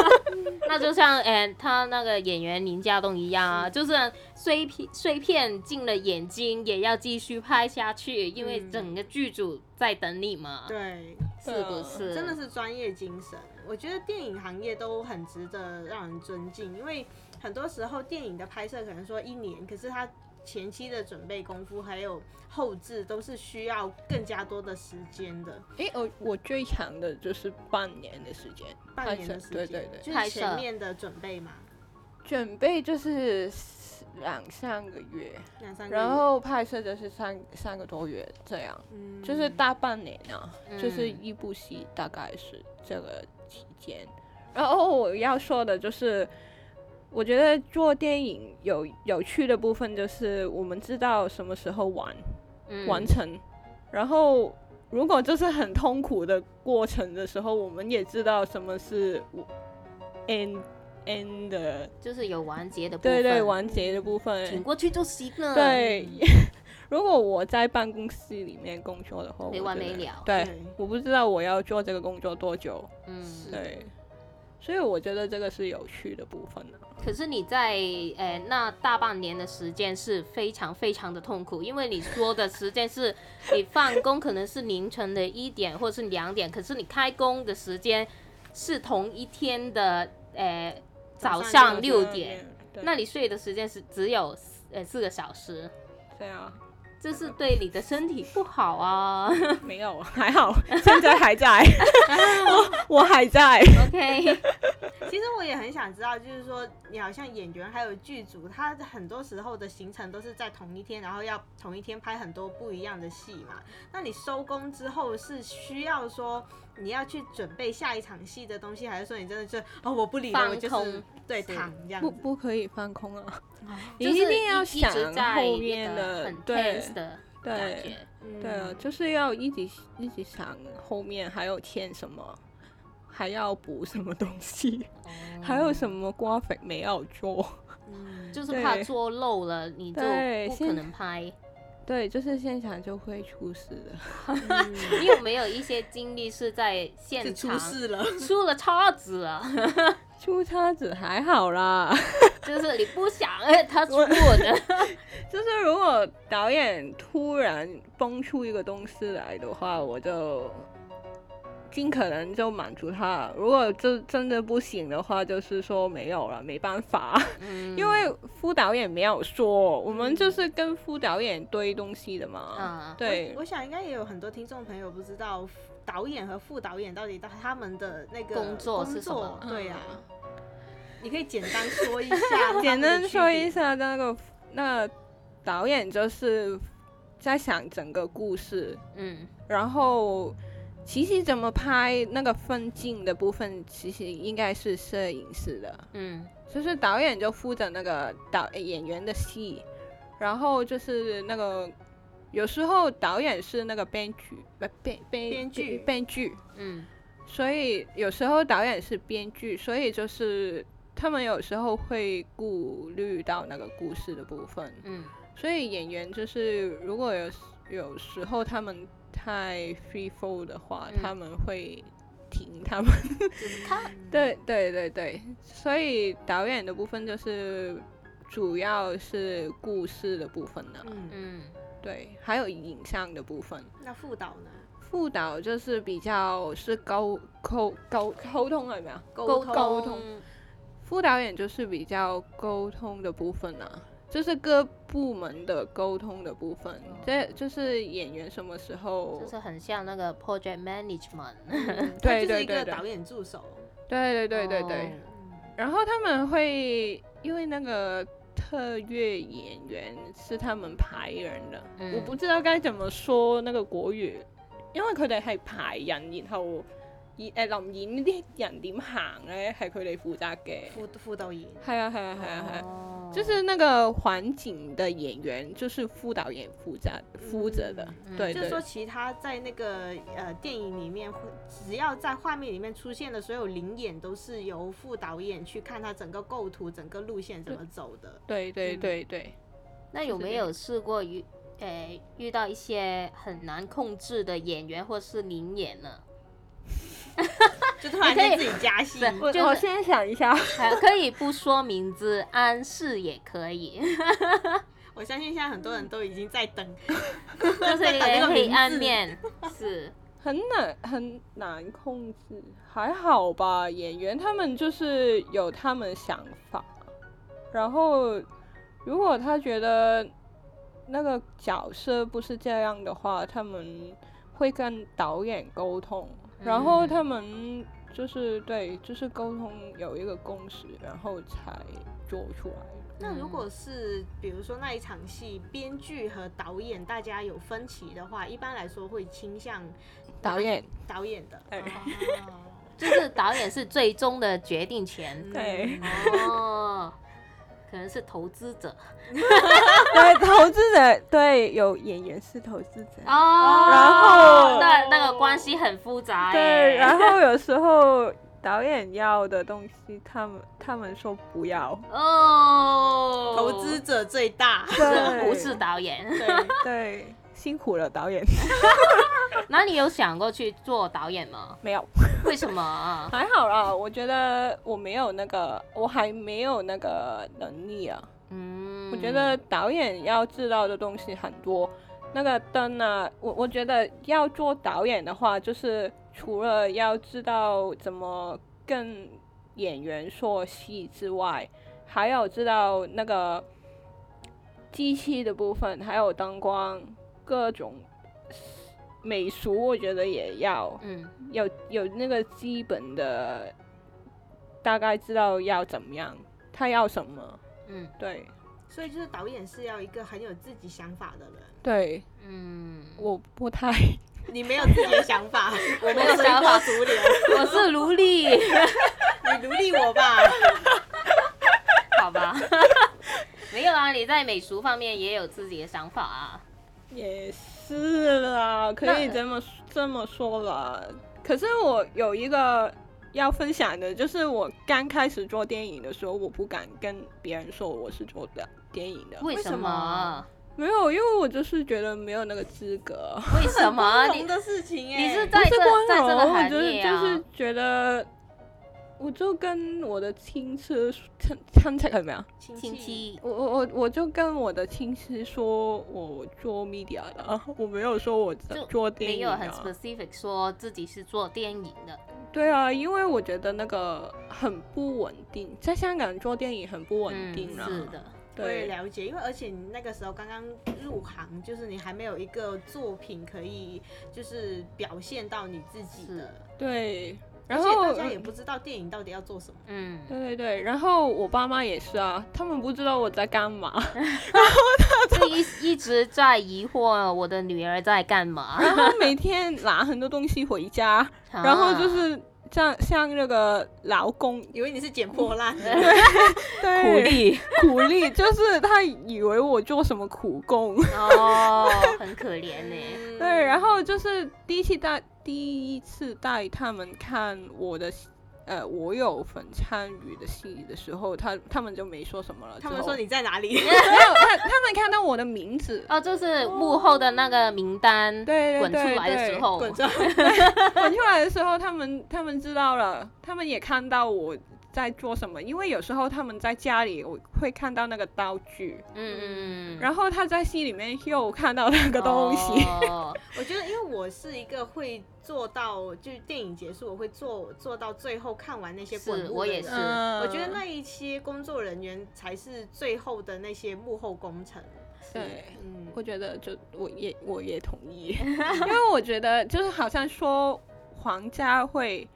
Speaker 2: 那就像哎，他那个演员林家栋一样
Speaker 3: 嗯
Speaker 2: 啊，就是碎片碎片进了眼睛，也要继续拍下去，因为
Speaker 1: 嗯
Speaker 2: 整个剧组在等你嘛？”，
Speaker 1: 对，
Speaker 2: 是不
Speaker 3: 呃
Speaker 2: 是？
Speaker 1: 真的是专业精神。我觉得电影行业都很值得让人尊敬，因为很多时候电影的拍摄可能说一年，可是他前期的准备功夫还有后置都是需要更加多的时间的。
Speaker 3: 诶，我我最长的就是半年的时间，
Speaker 1: 半年的时间，
Speaker 3: 对对对，
Speaker 1: 就是前面的准备嘛，
Speaker 3: 准备就是两三个月，
Speaker 1: 两三个月，
Speaker 3: 然后拍摄就是三三个多月这样，
Speaker 1: 嗯
Speaker 3: 就是大半年啊，
Speaker 2: 嗯
Speaker 3: 就是一部戏大概是这个期间。然后我要说的就是，我觉得做电影有有趣的部分就是我们知道什么时候完、
Speaker 2: 嗯
Speaker 3: 完成，然后如果就是很痛苦的过程的时候，我们也知道什么是 end end 的，
Speaker 2: 就是有完结的部
Speaker 3: 对
Speaker 2: 分，
Speaker 3: 对，完结的部
Speaker 2: 挺
Speaker 3: 分。
Speaker 2: 过去就行了。
Speaker 3: 对， 如果我在办公室里面工作的话，
Speaker 2: 没
Speaker 3: 我
Speaker 2: 完
Speaker 3: 觉
Speaker 2: 没
Speaker 3: 得
Speaker 2: 了
Speaker 3: 对，
Speaker 1: 对
Speaker 3: 我不知道我要做这个工作多久。
Speaker 2: 嗯
Speaker 1: 是，
Speaker 3: 对，所以我觉得这个是有趣的部分啊。
Speaker 2: 可是你在呃那大半年的时间是非常非常的痛苦，因为你说的时间是你放工可能是凌晨的一点或是两点，可是你开工的时间是同一天的呃早
Speaker 1: 早上
Speaker 2: 上
Speaker 1: 六
Speaker 2: 六点，，
Speaker 3: 对
Speaker 2: 那你睡的时间是只有呃四个小时，
Speaker 3: 对啊，
Speaker 2: 这是对你的身体不好啊。
Speaker 3: 没有，还好，现在还在， 我我还在。
Speaker 2: OK，
Speaker 1: 其实我也很想知道，就是说你好像演员还有剧组，他很多时候的行程都是在同一天，然后要同一天拍很多不一样的戏嘛。那你收工之后是需要说你要去准备下一场戏的东西，还是说你真的就哦我不理了，
Speaker 2: 放
Speaker 1: 我就
Speaker 2: 空
Speaker 1: 是对
Speaker 2: 是
Speaker 1: 躺这样
Speaker 3: 不
Speaker 1: 子？
Speaker 3: 不可以放空啊！
Speaker 2: 哦 就是
Speaker 3: 一定要
Speaker 2: 一
Speaker 3: 想
Speaker 2: 直在
Speaker 3: 后
Speaker 2: 一
Speaker 3: 面
Speaker 2: 个
Speaker 3: 的
Speaker 2: 很
Speaker 3: 对
Speaker 2: tense 的感
Speaker 3: 对
Speaker 2: 觉。
Speaker 3: 对啊，
Speaker 1: 嗯
Speaker 3: 就是要一直一直想后面还有欠什么，还要补什么东西，
Speaker 2: 哦
Speaker 3: 还有什
Speaker 2: 么？
Speaker 3: 么瓜粉没有做。
Speaker 1: 嗯
Speaker 2: 就是 怕
Speaker 3: 对
Speaker 2: 做漏了，你就
Speaker 3: 对
Speaker 2: 不可
Speaker 3: 现
Speaker 2: 能拍。
Speaker 3: 对，就是现场就会出事的。
Speaker 2: 你有没有一些经历是在
Speaker 1: 就
Speaker 2: 现
Speaker 1: 出
Speaker 2: 场
Speaker 1: 事 了，
Speaker 2: 出了岔子了？
Speaker 3: 出叉子还好啦。
Speaker 2: 就是你不想， 哎，他出我的，
Speaker 3: 就是如果导演突然蹦出一个东西来的话，我就尽可能就满足他。如果就真的不行的话，就是说没有了，没 办法，
Speaker 2: 嗯
Speaker 3: 因为副导演没有说，我们就是跟副导演堆东西的嘛。
Speaker 2: 啊，
Speaker 3: 对
Speaker 1: 嗯我，我想应该也有很多听众朋友不知道导演和副导演到底他们的那个
Speaker 2: 工作是
Speaker 1: 工
Speaker 2: 什么
Speaker 1: 作对啊呀、
Speaker 3: 嗯
Speaker 1: 你可以简单说 一下，
Speaker 3: 简单说一。下那个那个导演就是在想整个故事，
Speaker 2: 嗯
Speaker 3: 然后其实怎么拍那个分镜的部分，其实应该是摄影师的，
Speaker 2: 嗯
Speaker 3: 就是导演就负责那个导演员的戏，然后就是那个有时候导演是那个编剧，不编编
Speaker 1: 编剧
Speaker 3: 编剧，
Speaker 2: 嗯
Speaker 3: 所以有时候导演是编剧，所以就是。他们有时候会顾虑到那个故事的部分，
Speaker 2: 嗯
Speaker 3: 所以演员就是如果有时有时候他们太 free fall 的话，
Speaker 2: 嗯
Speaker 3: 他们会停他们。 对对对对，所以导演的部分就是主要是故事的部分呢、
Speaker 1: 嗯，
Speaker 2: 嗯
Speaker 3: 对，还有影像的部分。
Speaker 1: 那副导呢？
Speaker 3: 副导就是比较是沟沟沟沟通了没有？
Speaker 1: 沟
Speaker 3: 通
Speaker 1: 沟
Speaker 3: 通副导演就是比较沟通的部分啊，就是各部门的沟通的部分，这就是演员什么时候
Speaker 2: 就是很像那个 project management，
Speaker 1: 他
Speaker 3: 对
Speaker 1: 就是一
Speaker 3: 对
Speaker 1: 个
Speaker 3: 对对
Speaker 1: 导演助手。嗯
Speaker 3: 对对对对对。
Speaker 2: 哦
Speaker 3: 然后他们会因为那个特约演员是他们排人的，
Speaker 2: 嗯
Speaker 3: 我不知道该怎么說那個國語，因為佢哋係排人，然後演誒臨演呢啲人點行咧，係佢哋負責嘅。
Speaker 1: 副副导演，
Speaker 3: 係啊係啊係啊係啊。
Speaker 2: 哦
Speaker 3: 就是那個環境的演員，就是副導演負責負責的，
Speaker 2: 嗯
Speaker 3: 對
Speaker 1: 就是
Speaker 3: 對
Speaker 1: 说，其他在那个呃电影里面，会只要在画面里面出现的所有灵眼，都是由副导演去看他整个构图、整个路线怎么走 的。
Speaker 3: 对对
Speaker 2: 嗯
Speaker 3: 对对。
Speaker 2: 那有
Speaker 3: 是
Speaker 2: 没
Speaker 3: 这样
Speaker 2: 有试过遇呃遇到一些很难控制的演员或是灵演呢？
Speaker 1: 就突然
Speaker 2: 你可以
Speaker 1: 间自己加戏，
Speaker 2: 是
Speaker 3: 我
Speaker 2: 就是
Speaker 3: 我先想一下，
Speaker 2: 还可以不说名字，暗示也可以，
Speaker 1: 我相信现在很多人都已经在 等，
Speaker 2: 就 是
Speaker 1: 在
Speaker 2: 一
Speaker 1: 等那
Speaker 2: 个
Speaker 1: 个
Speaker 2: 黑暗
Speaker 1: 名字
Speaker 2: 面，是
Speaker 3: 很难很难控制，还好吧？演员他们就是有他们想法，然后如果他觉得那个角色不是这样的话，他们会跟导演沟通，然后
Speaker 2: 嗯
Speaker 3: 他们就是对，就是沟通有一个共识，然后才做出来。
Speaker 1: 那如果是比如说那一场戏，编剧和导演大家有分歧的话，一般来说会倾向
Speaker 3: 导演
Speaker 1: 导演的。
Speaker 3: 哎
Speaker 1: 哦
Speaker 2: 就是导演是最终的决定权。
Speaker 3: 对
Speaker 1: 嗯
Speaker 2: 哦，可能是投资者
Speaker 3: 对投资者对有演员是投资者
Speaker 2: 哦，
Speaker 3: 然后
Speaker 2: 那那个关系很复杂耶。欸
Speaker 3: 对，然后有时候 导演要的东西，他们他们说不要，
Speaker 2: 哦，
Speaker 1: 投资者最大。
Speaker 3: 对，
Speaker 2: 不是导演。
Speaker 1: 对，
Speaker 3: 对，辛苦了导演，
Speaker 2: 那你有想过去做导演吗？
Speaker 3: 没有，
Speaker 2: 为什么啊？
Speaker 3: 还好啦，我觉得我没有那个，我还没有那个能力啊。
Speaker 2: 嗯，
Speaker 3: 我觉得导演要知道的东西很多，那个灯啊，我我觉得要做导演的话，就是除了要知道怎么跟演员说戏之外，还有知道那个机器的部分，还有灯光各种美术，我觉得也要
Speaker 2: 嗯
Speaker 3: 有有那个基本的，大概知道要怎么样，他要什么，
Speaker 2: 嗯
Speaker 3: 对。
Speaker 1: 所以就是导演是要一个很有自己想法的人，
Speaker 3: 对，
Speaker 2: 嗯，
Speaker 3: 我不太，
Speaker 1: 你没有自己的想 法，我
Speaker 2: 没有想法
Speaker 1: 随波逐流，
Speaker 2: 我是奴隶，
Speaker 1: 你奴隶我 吧。
Speaker 2: 好吧？ 没有啊，你在美术方面也有自己的想法啊。
Speaker 3: 也是啦，可以这么这么说啦。可是我有一个要分享的，就是我刚开始做电影的时候，我不敢跟别人说我是做的电影的，
Speaker 2: 为
Speaker 1: 什
Speaker 2: 什么
Speaker 1: 么？
Speaker 3: 没有，因为我就是觉得没有那个资格。
Speaker 2: 为什么？
Speaker 1: 光
Speaker 2: 你
Speaker 1: 荣的事情欸耶，
Speaker 2: 你是
Speaker 3: 不
Speaker 2: 在
Speaker 3: 是
Speaker 2: 这
Speaker 3: 光
Speaker 2: 在这
Speaker 3: 荣，
Speaker 2: 个
Speaker 3: 我
Speaker 2: 行
Speaker 3: 觉得
Speaker 2: 业
Speaker 3: 就
Speaker 2: 啊？
Speaker 3: 是觉得，我就跟我的亲戚亲亲戚怎 么样？
Speaker 2: 亲戚
Speaker 3: 我我我我就跟我的亲戚说我做 media 的啊，我没有说我
Speaker 2: 就
Speaker 3: 做电
Speaker 2: 没
Speaker 3: 影
Speaker 2: 有很
Speaker 3: 啊。
Speaker 2: specific 说自己是做电影的，
Speaker 3: 对啊，因为我觉得那个很不稳定，在香港做电影很不稳定
Speaker 2: 嗯，
Speaker 3: 啊。
Speaker 2: 是，的，
Speaker 1: 我也
Speaker 3: 对
Speaker 1: 了解，因为而且你那个时候刚刚入行，就是你还没有一个作品可以就是表现到你自己的，
Speaker 3: 对。然
Speaker 1: 而
Speaker 3: 后
Speaker 1: 且大家也不知道电影到底要做什么。
Speaker 2: 嗯，
Speaker 3: 对对对，然后我爸妈也是啊，他们不知道我在干嘛。
Speaker 2: 就一一直在疑惑我的女儿在干嘛，
Speaker 3: 然后每天拿很多东西回家， 然后就
Speaker 2: 啊
Speaker 3: 是像像那个劳工，
Speaker 1: 以为你是捡破烂的，
Speaker 2: 苦
Speaker 3: 对，
Speaker 2: 力
Speaker 3: 苦力，就是他以为我做什么苦工，
Speaker 2: 哦，很可怜 呢。
Speaker 1: 嗯
Speaker 3: 对，然后就是第一次带第一次带他们看我的戏。呃，我有份参与的戏的时候，他他们就没说什么了。
Speaker 1: 他
Speaker 3: 之
Speaker 1: 们
Speaker 3: 后
Speaker 1: 说你 在哪里，
Speaker 3: 没有，他他们看到我的名字，
Speaker 2: 哦，就是幕后的那个名单
Speaker 3: 对对
Speaker 2: 滚出
Speaker 3: 对
Speaker 2: 来的
Speaker 3: 对
Speaker 2: 时，候，
Speaker 1: 滚出来！
Speaker 3: 滚出来的时候，他们他们知道了，他们也看到我在做什么，因为有时候他们在家里我会看到那个道具，
Speaker 2: 嗯嗯嗯，
Speaker 3: 然后他在戏里面又看到那个东西，
Speaker 2: 哦
Speaker 1: 我觉得，因为我是一个会做到，就是电影结束，我会做做到最后看完那些滚
Speaker 2: 是
Speaker 1: 幕
Speaker 2: 我
Speaker 1: 的
Speaker 2: 也
Speaker 1: 人
Speaker 2: 是
Speaker 3: 嗯
Speaker 1: 哦我觉得那一些工作人员才是最后的那些幕后工程。
Speaker 3: 对。
Speaker 1: 嗯，
Speaker 3: 我觉得就我也我也同意， 因为我觉得就是好像说黄家慧，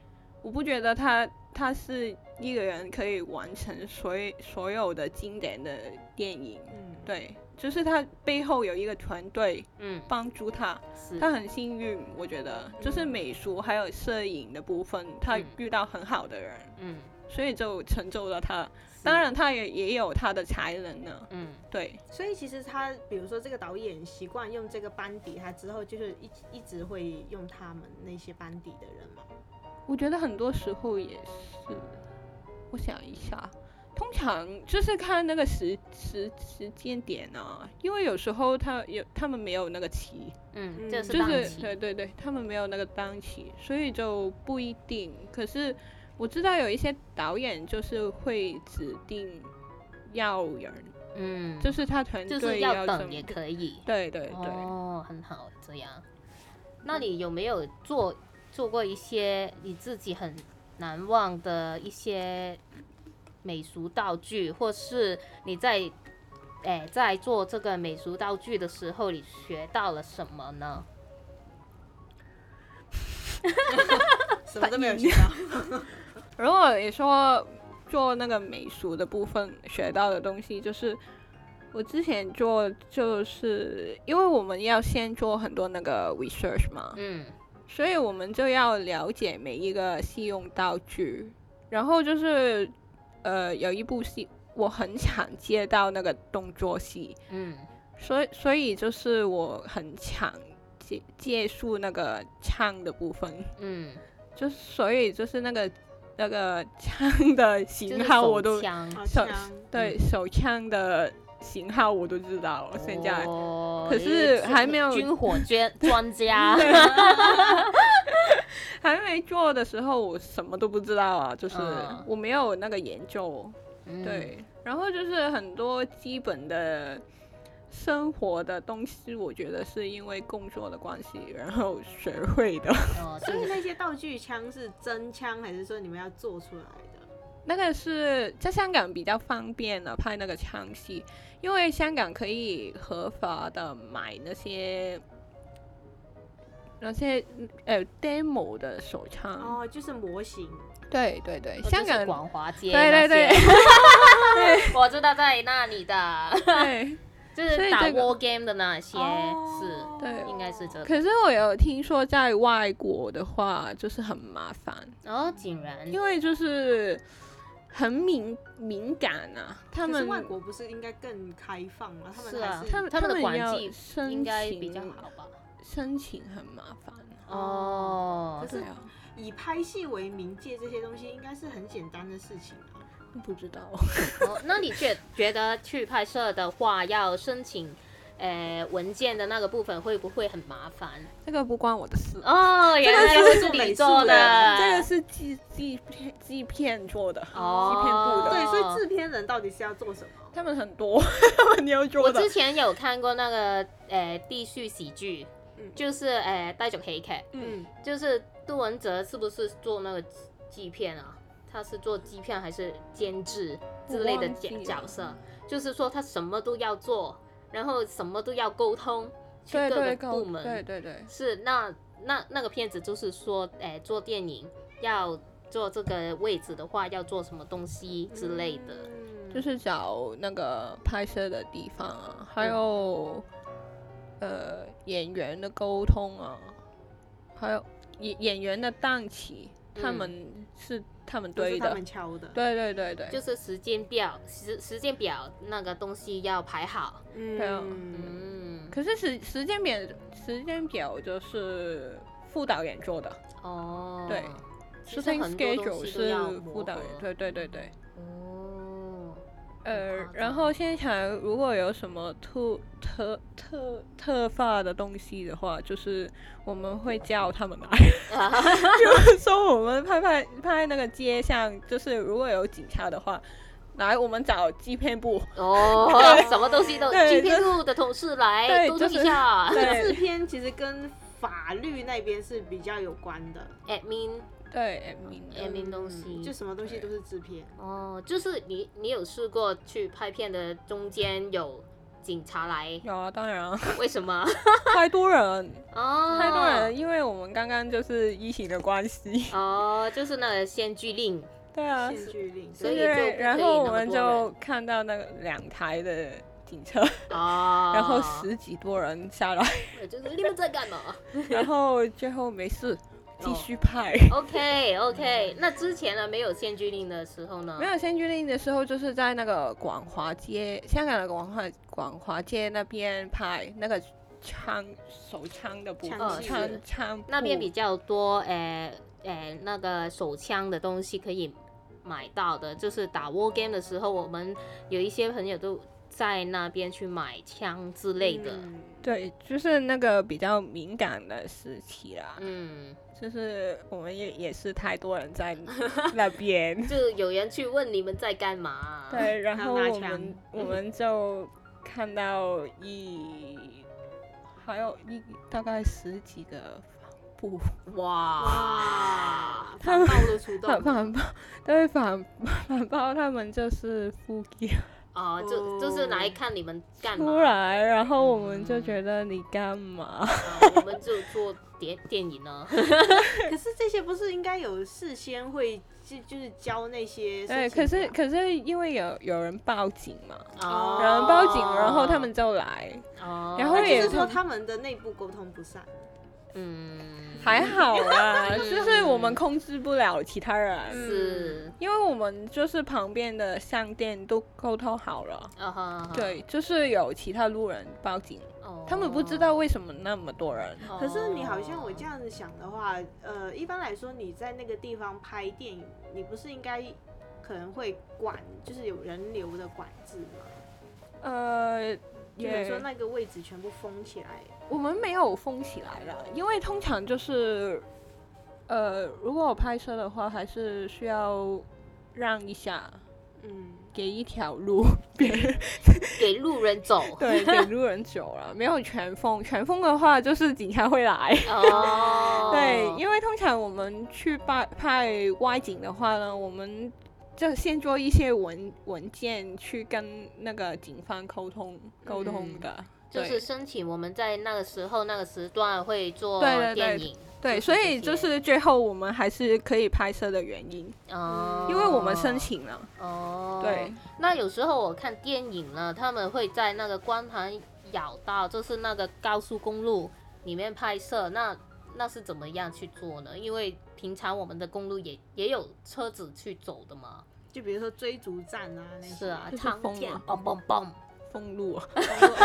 Speaker 3: 我不觉得他他是一个人可以完成所有所有的经典的电影，
Speaker 1: 嗯，
Speaker 3: 对，就是他背后有一个团队
Speaker 2: 嗯，
Speaker 3: 帮助他，
Speaker 2: 是
Speaker 3: 他很幸运，我觉得就是
Speaker 1: 嗯
Speaker 3: 美术还有摄影的部分，他
Speaker 2: 嗯
Speaker 3: 遇到很好的人，
Speaker 2: 嗯，
Speaker 3: 所以就成就了他。
Speaker 2: 是
Speaker 3: 当，然，他也也有他的才能呢，
Speaker 2: 嗯
Speaker 3: 对，
Speaker 1: 所以其实他，比如说这个导演习惯用这个班底，他之后就是一一直会用他们那些班底的人嘛。
Speaker 3: 我觉得很多时候也是，我想一下，通常就是看那个时时时间点啊，因为有时候他有他们没有那个期，
Speaker 2: 嗯，
Speaker 1: 嗯
Speaker 2: 这是
Speaker 3: 就
Speaker 2: 档
Speaker 3: 是
Speaker 2: 期，
Speaker 3: 对对对，他们没有那个档期，所以就不一定。可是我知道有一些导演就是会指定要人，
Speaker 2: 嗯，
Speaker 3: 就是他团
Speaker 2: 就
Speaker 3: 队
Speaker 2: 是
Speaker 3: 要
Speaker 2: 要
Speaker 3: 这
Speaker 2: 等
Speaker 3: 么
Speaker 2: 也可以，
Speaker 3: 对对对，嗯
Speaker 2: 哦，很好，这样。那你有没有做做过一些你自己很难忘的一些美术道具，或是你在诶、在做这个美术道具的时候，你学到了什么呢？
Speaker 1: 什么都没有学到。
Speaker 3: 如果你说做那个美术的部分学到的东西，就是我之前做，就是因为我们要先做很多那个 research 嘛，
Speaker 2: 嗯
Speaker 3: 所以我们就要了解每一个戏用道具。然后就是，呃，有一部戏我很想接到那个动作戏，
Speaker 2: 嗯
Speaker 3: 所以所以就是我很想接接触那个唱的部分。
Speaker 2: 嗯
Speaker 3: 就是所以就是那个那个枪的
Speaker 2: 就
Speaker 3: 型
Speaker 2: 是
Speaker 3: 号
Speaker 2: 手
Speaker 3: 我都
Speaker 2: 枪
Speaker 1: 好
Speaker 3: 手
Speaker 1: 强，
Speaker 3: 对手枪的型号 我都知道，现在
Speaker 2: 哦
Speaker 3: 可
Speaker 2: 你
Speaker 3: 是
Speaker 2: 这
Speaker 3: 还
Speaker 2: 个
Speaker 3: 没有
Speaker 2: 军火专专 家，
Speaker 3: 还没做的时候我什么都不知道啊，就是
Speaker 2: 嗯
Speaker 3: 我没有那个研究，
Speaker 2: 嗯，
Speaker 3: 对，然后就是很多基本的生活的东西，我觉得是因为工作的关系，然后学会的。
Speaker 2: 哦，就
Speaker 1: 所以
Speaker 2: 是
Speaker 1: 那些道具枪是真枪，还是说你们要做出来的？
Speaker 3: 那个是在香港比较方便了，拍那个枪戏，因为香港可以合法的买那些那些呃 demo 的手枪。
Speaker 1: 哦，就是模型。
Speaker 3: 对对对，
Speaker 2: 哦
Speaker 3: 香
Speaker 2: 就是
Speaker 3: 港
Speaker 2: 广华街，
Speaker 3: 对对对，
Speaker 2: 我知道在那里的，
Speaker 3: 对。
Speaker 2: 就是
Speaker 3: 所以
Speaker 2: 打
Speaker 3: 这个
Speaker 2: war game 的那些是
Speaker 1: 哦，
Speaker 3: 对
Speaker 2: 应该是这个。
Speaker 3: 可是我有听说，在外国的话就是很麻烦，
Speaker 2: 哦，竟然
Speaker 3: 因为就是很敏敏感啊，他
Speaker 1: 可是
Speaker 3: 们
Speaker 1: 外国不是应该更开放吗？他
Speaker 2: 是
Speaker 1: 们
Speaker 2: 啊
Speaker 1: 还是
Speaker 3: 他们
Speaker 2: 他们的
Speaker 3: 们
Speaker 2: 管
Speaker 3: 要
Speaker 2: 制
Speaker 3: 申
Speaker 2: 应该比
Speaker 3: 请
Speaker 2: 较好吧？
Speaker 3: 申请很麻烦。啊
Speaker 2: 哦
Speaker 1: 可，
Speaker 3: 对
Speaker 1: 是
Speaker 3: 啊，
Speaker 1: 以拍戏为名借这些东西，应该是很简单的事情啊。
Speaker 3: 不知道。
Speaker 2: 哦，那你觉觉得去拍摄的话，要申请呃文件的那个部分会不会很麻烦？
Speaker 3: 这个不关我的事，
Speaker 2: 哦，原来
Speaker 1: 这个是
Speaker 2: 是你
Speaker 1: 美术
Speaker 2: 做
Speaker 1: 的
Speaker 3: 这个是制制片制片做的，制片部
Speaker 2: 哦，
Speaker 3: 的
Speaker 1: 对，所以制片人到底是要做什么？
Speaker 3: 他们很多， 他们要做
Speaker 2: 我
Speaker 3: 的
Speaker 2: 之。前有看過那個誒地區喜劇，
Speaker 1: 嗯
Speaker 2: 就是呃誒帶續喜劇，
Speaker 1: 嗯，
Speaker 2: 就是杜汶澤是不是做那個紀片啊？他是做紀片還是監制之類的
Speaker 3: 我忘記
Speaker 2: 角
Speaker 3: 了
Speaker 2: 角色？就是說他什麼都要做，然後什麼都要溝通，去
Speaker 3: 对
Speaker 2: 各
Speaker 3: 对
Speaker 2: 個
Speaker 3: 高
Speaker 2: 部門。
Speaker 3: 对对对，
Speaker 2: 是那那那个片子就是说，诶，做電影要做这個位置的話，要做什麼東西之類的。
Speaker 1: 嗯
Speaker 3: 就是找那个拍摄的地方啊，还有、呃演员的沟通啊，还有演演员的档期，他
Speaker 2: 嗯
Speaker 3: 们是、他们
Speaker 1: 都是
Speaker 3: 对
Speaker 1: 他
Speaker 3: 的
Speaker 1: 们，敲的。
Speaker 3: 对对对对，
Speaker 2: 就是时间表时时间表那个东西要排好。
Speaker 3: 对啊
Speaker 1: 嗯，
Speaker 2: 嗯，
Speaker 3: 可是时时间表时间表就是副导演做的
Speaker 2: 哦，
Speaker 3: 对
Speaker 2: 其实
Speaker 3: ，shooting
Speaker 2: 很多东
Speaker 3: schedule
Speaker 2: 西都要
Speaker 3: 是
Speaker 2: 磨
Speaker 3: 副导演，
Speaker 2: 合。
Speaker 3: 对对对对。
Speaker 2: 哦，
Speaker 3: 呃
Speaker 2: 很夸，
Speaker 3: 然
Speaker 2: 张
Speaker 3: 后现场如果有什么特特特特发的东西的话，就是我们会叫 他们来，就是说我们拍拍拍那个街上，就是如果有警察的话，来我们找纪片部，
Speaker 2: 哦，什么东西都
Speaker 3: 对
Speaker 2: 今天录的同事来
Speaker 3: 对
Speaker 2: 沟
Speaker 3: 就
Speaker 2: 通一
Speaker 3: 是
Speaker 2: 下
Speaker 3: 对
Speaker 1: 制片其实跟法律那边是比较有关的，嗯
Speaker 2: ，admin。
Speaker 3: 对，admin 的
Speaker 2: admin 东西
Speaker 1: 就什么东西都是制片。
Speaker 2: 哦，就是你你有试过去拍片的中间有警察
Speaker 3: ，
Speaker 2: 来
Speaker 3: 有啊，当然啊，
Speaker 2: 为什么？
Speaker 3: 太多人，
Speaker 2: 哦，
Speaker 3: 太多人，因为我们刚刚就是疫情的关系，
Speaker 2: 哦，就是那个限聚令，
Speaker 3: 对啊，
Speaker 1: 限聚令，
Speaker 2: 所以
Speaker 3: 对
Speaker 2: 就不可以
Speaker 3: 然后我
Speaker 2: 那么
Speaker 3: 们
Speaker 2: 多
Speaker 3: 就
Speaker 2: 人
Speaker 3: 看到那个两台的警车，
Speaker 2: 哦，
Speaker 3: 然后十几多人 下来。
Speaker 2: 就是你们在干嘛？
Speaker 3: 然后最后没事，
Speaker 2: 哦
Speaker 3: 继续拍。
Speaker 2: OK OK，那之前呢没有限聚令的时候呢？
Speaker 3: 没有限聚令的时候，就是在那个广华街，香港的广华广华街那边拍那个枪手枪的部分，
Speaker 1: 枪
Speaker 3: 呃
Speaker 1: 支
Speaker 3: 枪枪部
Speaker 2: 那边比较多，诶、诶、那个手枪的东西可以买到的，就是打 war game 的时候，我们有一些朋友都在那边去买枪之类的。
Speaker 1: 嗯
Speaker 3: 对，就是那个比较敏感的时期啦。
Speaker 2: 嗯，
Speaker 3: 就是我们也也是太多人 在那边，
Speaker 2: 嗯就有人去问你们在干嘛。
Speaker 3: 对，然后
Speaker 1: 还有
Speaker 3: 我
Speaker 1: 拿枪
Speaker 3: 们我们就看到一还有一大概十几个防部
Speaker 2: 哇
Speaker 1: 哇，反暴都 出动
Speaker 3: 反
Speaker 1: 了，
Speaker 3: 反包，对反 反包他们就是副机
Speaker 2: 啊、就就是来看你们干嘛
Speaker 3: 出。来，哦然后我们就觉得你干嘛？
Speaker 2: 啊我们就做电电影 呢。
Speaker 1: 可是这些不是应该有事先会就就是教那些事
Speaker 3: 对，
Speaker 1: 情
Speaker 3: 可是
Speaker 1: 吗
Speaker 3: 可是因为有有人报警嘛，
Speaker 2: 哦
Speaker 1: 有
Speaker 3: 有人报警，然后他们就来，
Speaker 2: 哦，
Speaker 3: 然后
Speaker 1: 就
Speaker 3: 也
Speaker 1: 是说他们的内部沟通不善，
Speaker 2: 嗯，
Speaker 3: 还好啦，
Speaker 2: 嗯
Speaker 3: 就是我们控制不了其他人，
Speaker 2: 是
Speaker 3: 因为我们就是旁边的商店都沟通好了，
Speaker 2: 啊哈，
Speaker 3: 嗯对，就是有其他路人报警，
Speaker 2: 哦，哦
Speaker 3: 他们不知道为什么那么多人。
Speaker 2: 哦
Speaker 1: 可是你好像我这样子想的话，呃，一般来说你在那个地方拍电影，你不是应该可能会管，就是有人流的管制吗？
Speaker 3: 呃，
Speaker 1: 就比如说
Speaker 3: 也
Speaker 1: 那个位置全部封起来，
Speaker 3: 我们没有封起来了，因为通常就是，呃，如果我拍摄的话，还是需要让一下，
Speaker 1: 嗯，
Speaker 3: 给一条路，
Speaker 2: 给路人走
Speaker 3: 对，给路人走了，没有全封。全封的话，就是警察会来。
Speaker 2: 哦，
Speaker 3: 对，
Speaker 2: 为
Speaker 3: 因为通常我们去拍拍外景的话呢，我们就先做一些文文件去跟那个警方沟通沟通
Speaker 2: 嗯
Speaker 3: 的。
Speaker 2: 就
Speaker 3: 对
Speaker 2: 是申请我们在那个时候那个时段会做
Speaker 3: 对对对
Speaker 2: 电影，就
Speaker 3: 对，
Speaker 2: 是
Speaker 3: 所以
Speaker 2: 这
Speaker 3: 就
Speaker 2: 些
Speaker 3: 是最后我们还是可以拍摄的原因，
Speaker 2: 哦，
Speaker 3: 因为我们申请了。
Speaker 2: 哦，
Speaker 3: 对。
Speaker 2: 那有时候我看电影呢，他们会在那个光盘咬到，就是那个高速公路里面拍摄，那那是怎么样去做呢？因为平常我们的公路也也有车子去走的嘛。
Speaker 1: 就比如说追逐战啊那些，
Speaker 2: 是 啊，
Speaker 3: 就是
Speaker 2: 长
Speaker 3: 疯
Speaker 2: 天
Speaker 3: 了
Speaker 2: 嘣嘣嘣，
Speaker 3: 封路，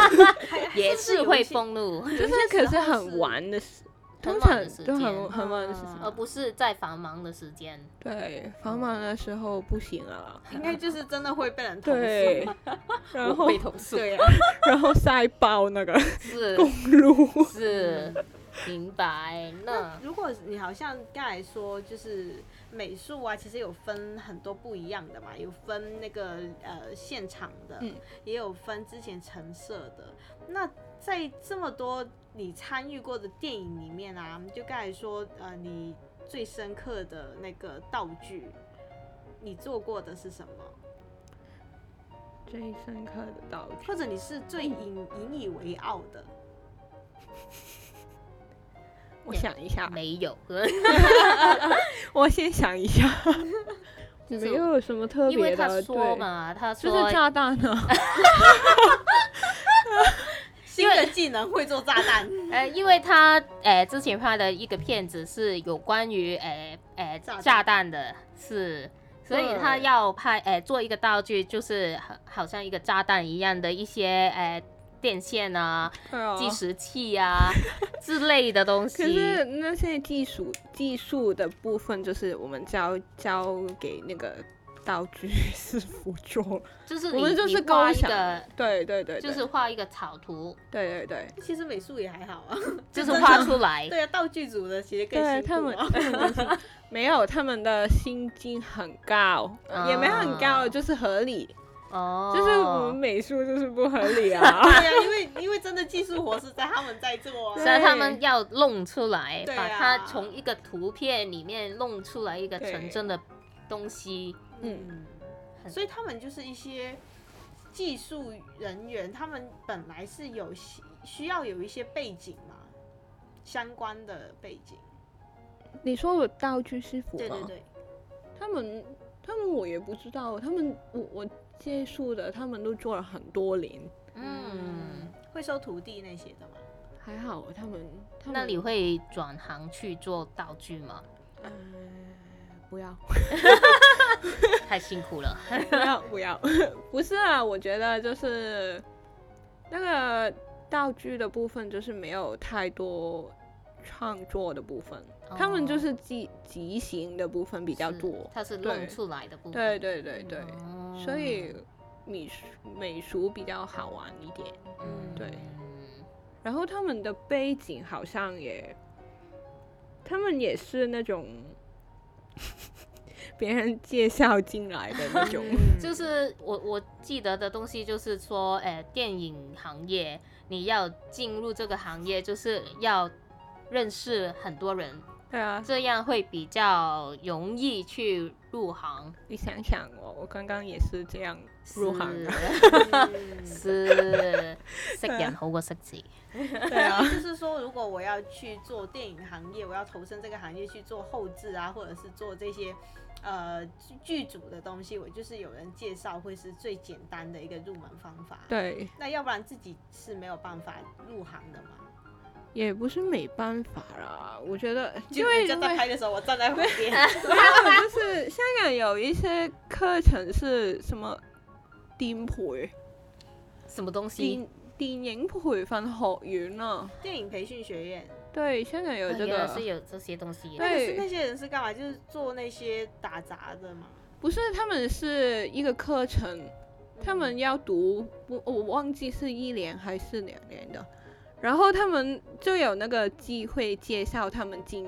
Speaker 2: 也是会
Speaker 1: 封。
Speaker 2: 封路，
Speaker 3: 就是可是很晚的时，通
Speaker 2: 很
Speaker 3: 常
Speaker 2: 晚的时
Speaker 3: 都很
Speaker 2: 间嗯
Speaker 3: 很晚的时
Speaker 1: 啊
Speaker 2: 而不是在繁忙的时间。
Speaker 3: 对，繁忙的时候不行啊。
Speaker 1: 应该就是真的会被人投诉。
Speaker 3: 对，然后
Speaker 2: 被投诉
Speaker 3: 对啊，然后塞爆 那个
Speaker 2: 是
Speaker 3: 公路。
Speaker 2: 是，明白。那
Speaker 1: 如果你好像刚才说，就是美术啊，其实有分很多不一样的嘛，有分那个呃现场的，
Speaker 3: 嗯
Speaker 1: 也有分之前陈设的。那在这么多你参与过的电影里面啊，就刚才说呃你最深刻的那个道具，你做过的是什么？
Speaker 3: 最深刻的道具
Speaker 1: 或者你是最引
Speaker 2: 嗯
Speaker 1: 引以为傲的？
Speaker 3: 我想一下，
Speaker 2: 没有，
Speaker 3: 我先想一下，没有什么特
Speaker 2: 因为
Speaker 3: 别
Speaker 2: 他
Speaker 3: 的，
Speaker 2: 说
Speaker 3: 对，
Speaker 2: 嘛，他
Speaker 3: 就
Speaker 2: 说
Speaker 3: 是炸弹 啊，
Speaker 1: 新的技能会做炸弹，
Speaker 2: 呃，因为他呃之前拍的一个片子是有关于呃呃
Speaker 1: 炸弹
Speaker 2: 炸弹的，是，所以他
Speaker 3: 对
Speaker 2: 要拍呃做一个道具，就是好好像一个炸弹一样的一些呃电线啊、
Speaker 3: 对啊
Speaker 2: 计时器啊之类的东
Speaker 3: 可
Speaker 2: 西
Speaker 3: 是。那些技术技术的部分，就是我们交交给那个道具师傅做。
Speaker 2: 就是
Speaker 3: 我
Speaker 2: 你
Speaker 3: 们就
Speaker 2: 你
Speaker 3: 是
Speaker 2: 画
Speaker 3: 构
Speaker 2: 一
Speaker 3: 想
Speaker 2: 个，
Speaker 3: 对对对，
Speaker 2: 就是画一个草图，
Speaker 3: 对对对啊
Speaker 1: 其实美术也还好啊。
Speaker 2: 就是画出来。
Speaker 1: 对啊，道具组的其实更
Speaker 3: 对，
Speaker 1: 辛苦、啊。
Speaker 3: 他们 他们就是没有他们的薪金很高，也没有很高，
Speaker 2: 啊
Speaker 3: 就是合理，
Speaker 2: 哦，
Speaker 3: 就是我们美术就是不合理 啊。
Speaker 1: 对呀、因为因为真的技术活是在他们在做
Speaker 2: 所
Speaker 1: 啊。
Speaker 2: 以他们要弄出来，
Speaker 1: 对
Speaker 2: 把
Speaker 1: 啊
Speaker 2: 它从一个图片里面弄出来一个
Speaker 3: 对
Speaker 2: 成真的东西。
Speaker 1: 嗯，所以他们就是一些技术人员，他们本来是有需需要有一些背景嘛，相关的背景。
Speaker 3: 你说我道具师傅吗？
Speaker 1: 对对对，
Speaker 3: 他们他们我也不知道，他们我我接触的他们都做了很多年，
Speaker 2: 嗯，
Speaker 1: 会收徒弟那些的嘛。
Speaker 3: 还好他们他们
Speaker 2: 那你会转行去做道具吗？
Speaker 3: 呃不要。
Speaker 2: 太辛苦了。
Speaker 3: 不要不要， 不是啊，我觉得就是那个道具的部分，就是没有太多创作的部分， 他们就
Speaker 2: 哦
Speaker 3: 是即即兴的部分比较
Speaker 2: 是
Speaker 3: 多。
Speaker 2: 它是
Speaker 3: 对
Speaker 2: 弄出来的部分。
Speaker 3: 对对对对，
Speaker 2: 哦
Speaker 3: 所以美术美术比较好玩一点。
Speaker 2: 嗯
Speaker 3: 对然后他们的背景好像也，他们也是那种 别人介绍进来的那种。
Speaker 2: 嗯就是我我记得的东西，就是说，呃，电影行业你要进入这个行业，就是要认识很多人，
Speaker 3: 对啊，
Speaker 2: 这样会比较容易去入行。
Speaker 3: 你想想哦，我刚刚也是这样入行的，
Speaker 1: 嗯
Speaker 2: 是是識人好過識字，
Speaker 3: 对 啊，
Speaker 1: 就是说，如果我要去做电影行业，我要投身这个行业去做后置啊，或者是做这些呃剧剧组的东西，我就是有人介绍会是最简单的一个入门方法。
Speaker 3: 对，啊
Speaker 1: 那要不然自己是没有办法入行的嘛？
Speaker 3: 也不是没办法啦。我觉得，因
Speaker 1: 就
Speaker 3: 为
Speaker 1: 你
Speaker 3: 因
Speaker 1: 就在
Speaker 3: 为
Speaker 1: 拍的时候，我站在旁边，
Speaker 3: 还有就是香港有一些课程是什么颠培
Speaker 2: 什么東西？
Speaker 3: 颠电影培训学院啊，
Speaker 1: 电影培训学 院。
Speaker 3: 对，香港有
Speaker 2: 哦
Speaker 3: 这
Speaker 2: 原来
Speaker 3: 个，
Speaker 2: 是有这些东西的。
Speaker 1: 那
Speaker 3: 对
Speaker 1: 个是那些人是干嘛？就是做那些打杂的嘛。
Speaker 3: 不是他们是一个课程，他
Speaker 1: 嗯
Speaker 3: 们要读，我我忘记是一年还是两年的，然后他们就有那个机会介绍他们进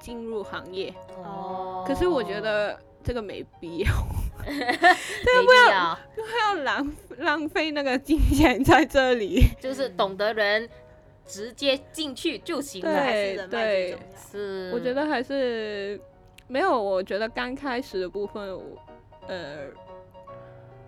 Speaker 3: 进入行业，
Speaker 2: 哦，
Speaker 3: 可是我觉得这个没必要，
Speaker 2: 没必要，
Speaker 3: 不要浪浪费那个金钱在这里。
Speaker 2: 就是懂得人直接进去就行了。
Speaker 1: 还是人脉最
Speaker 3: 对
Speaker 1: 重要。
Speaker 2: 是，
Speaker 3: 我觉得还是没有，我觉得刚开始的部分，我呃，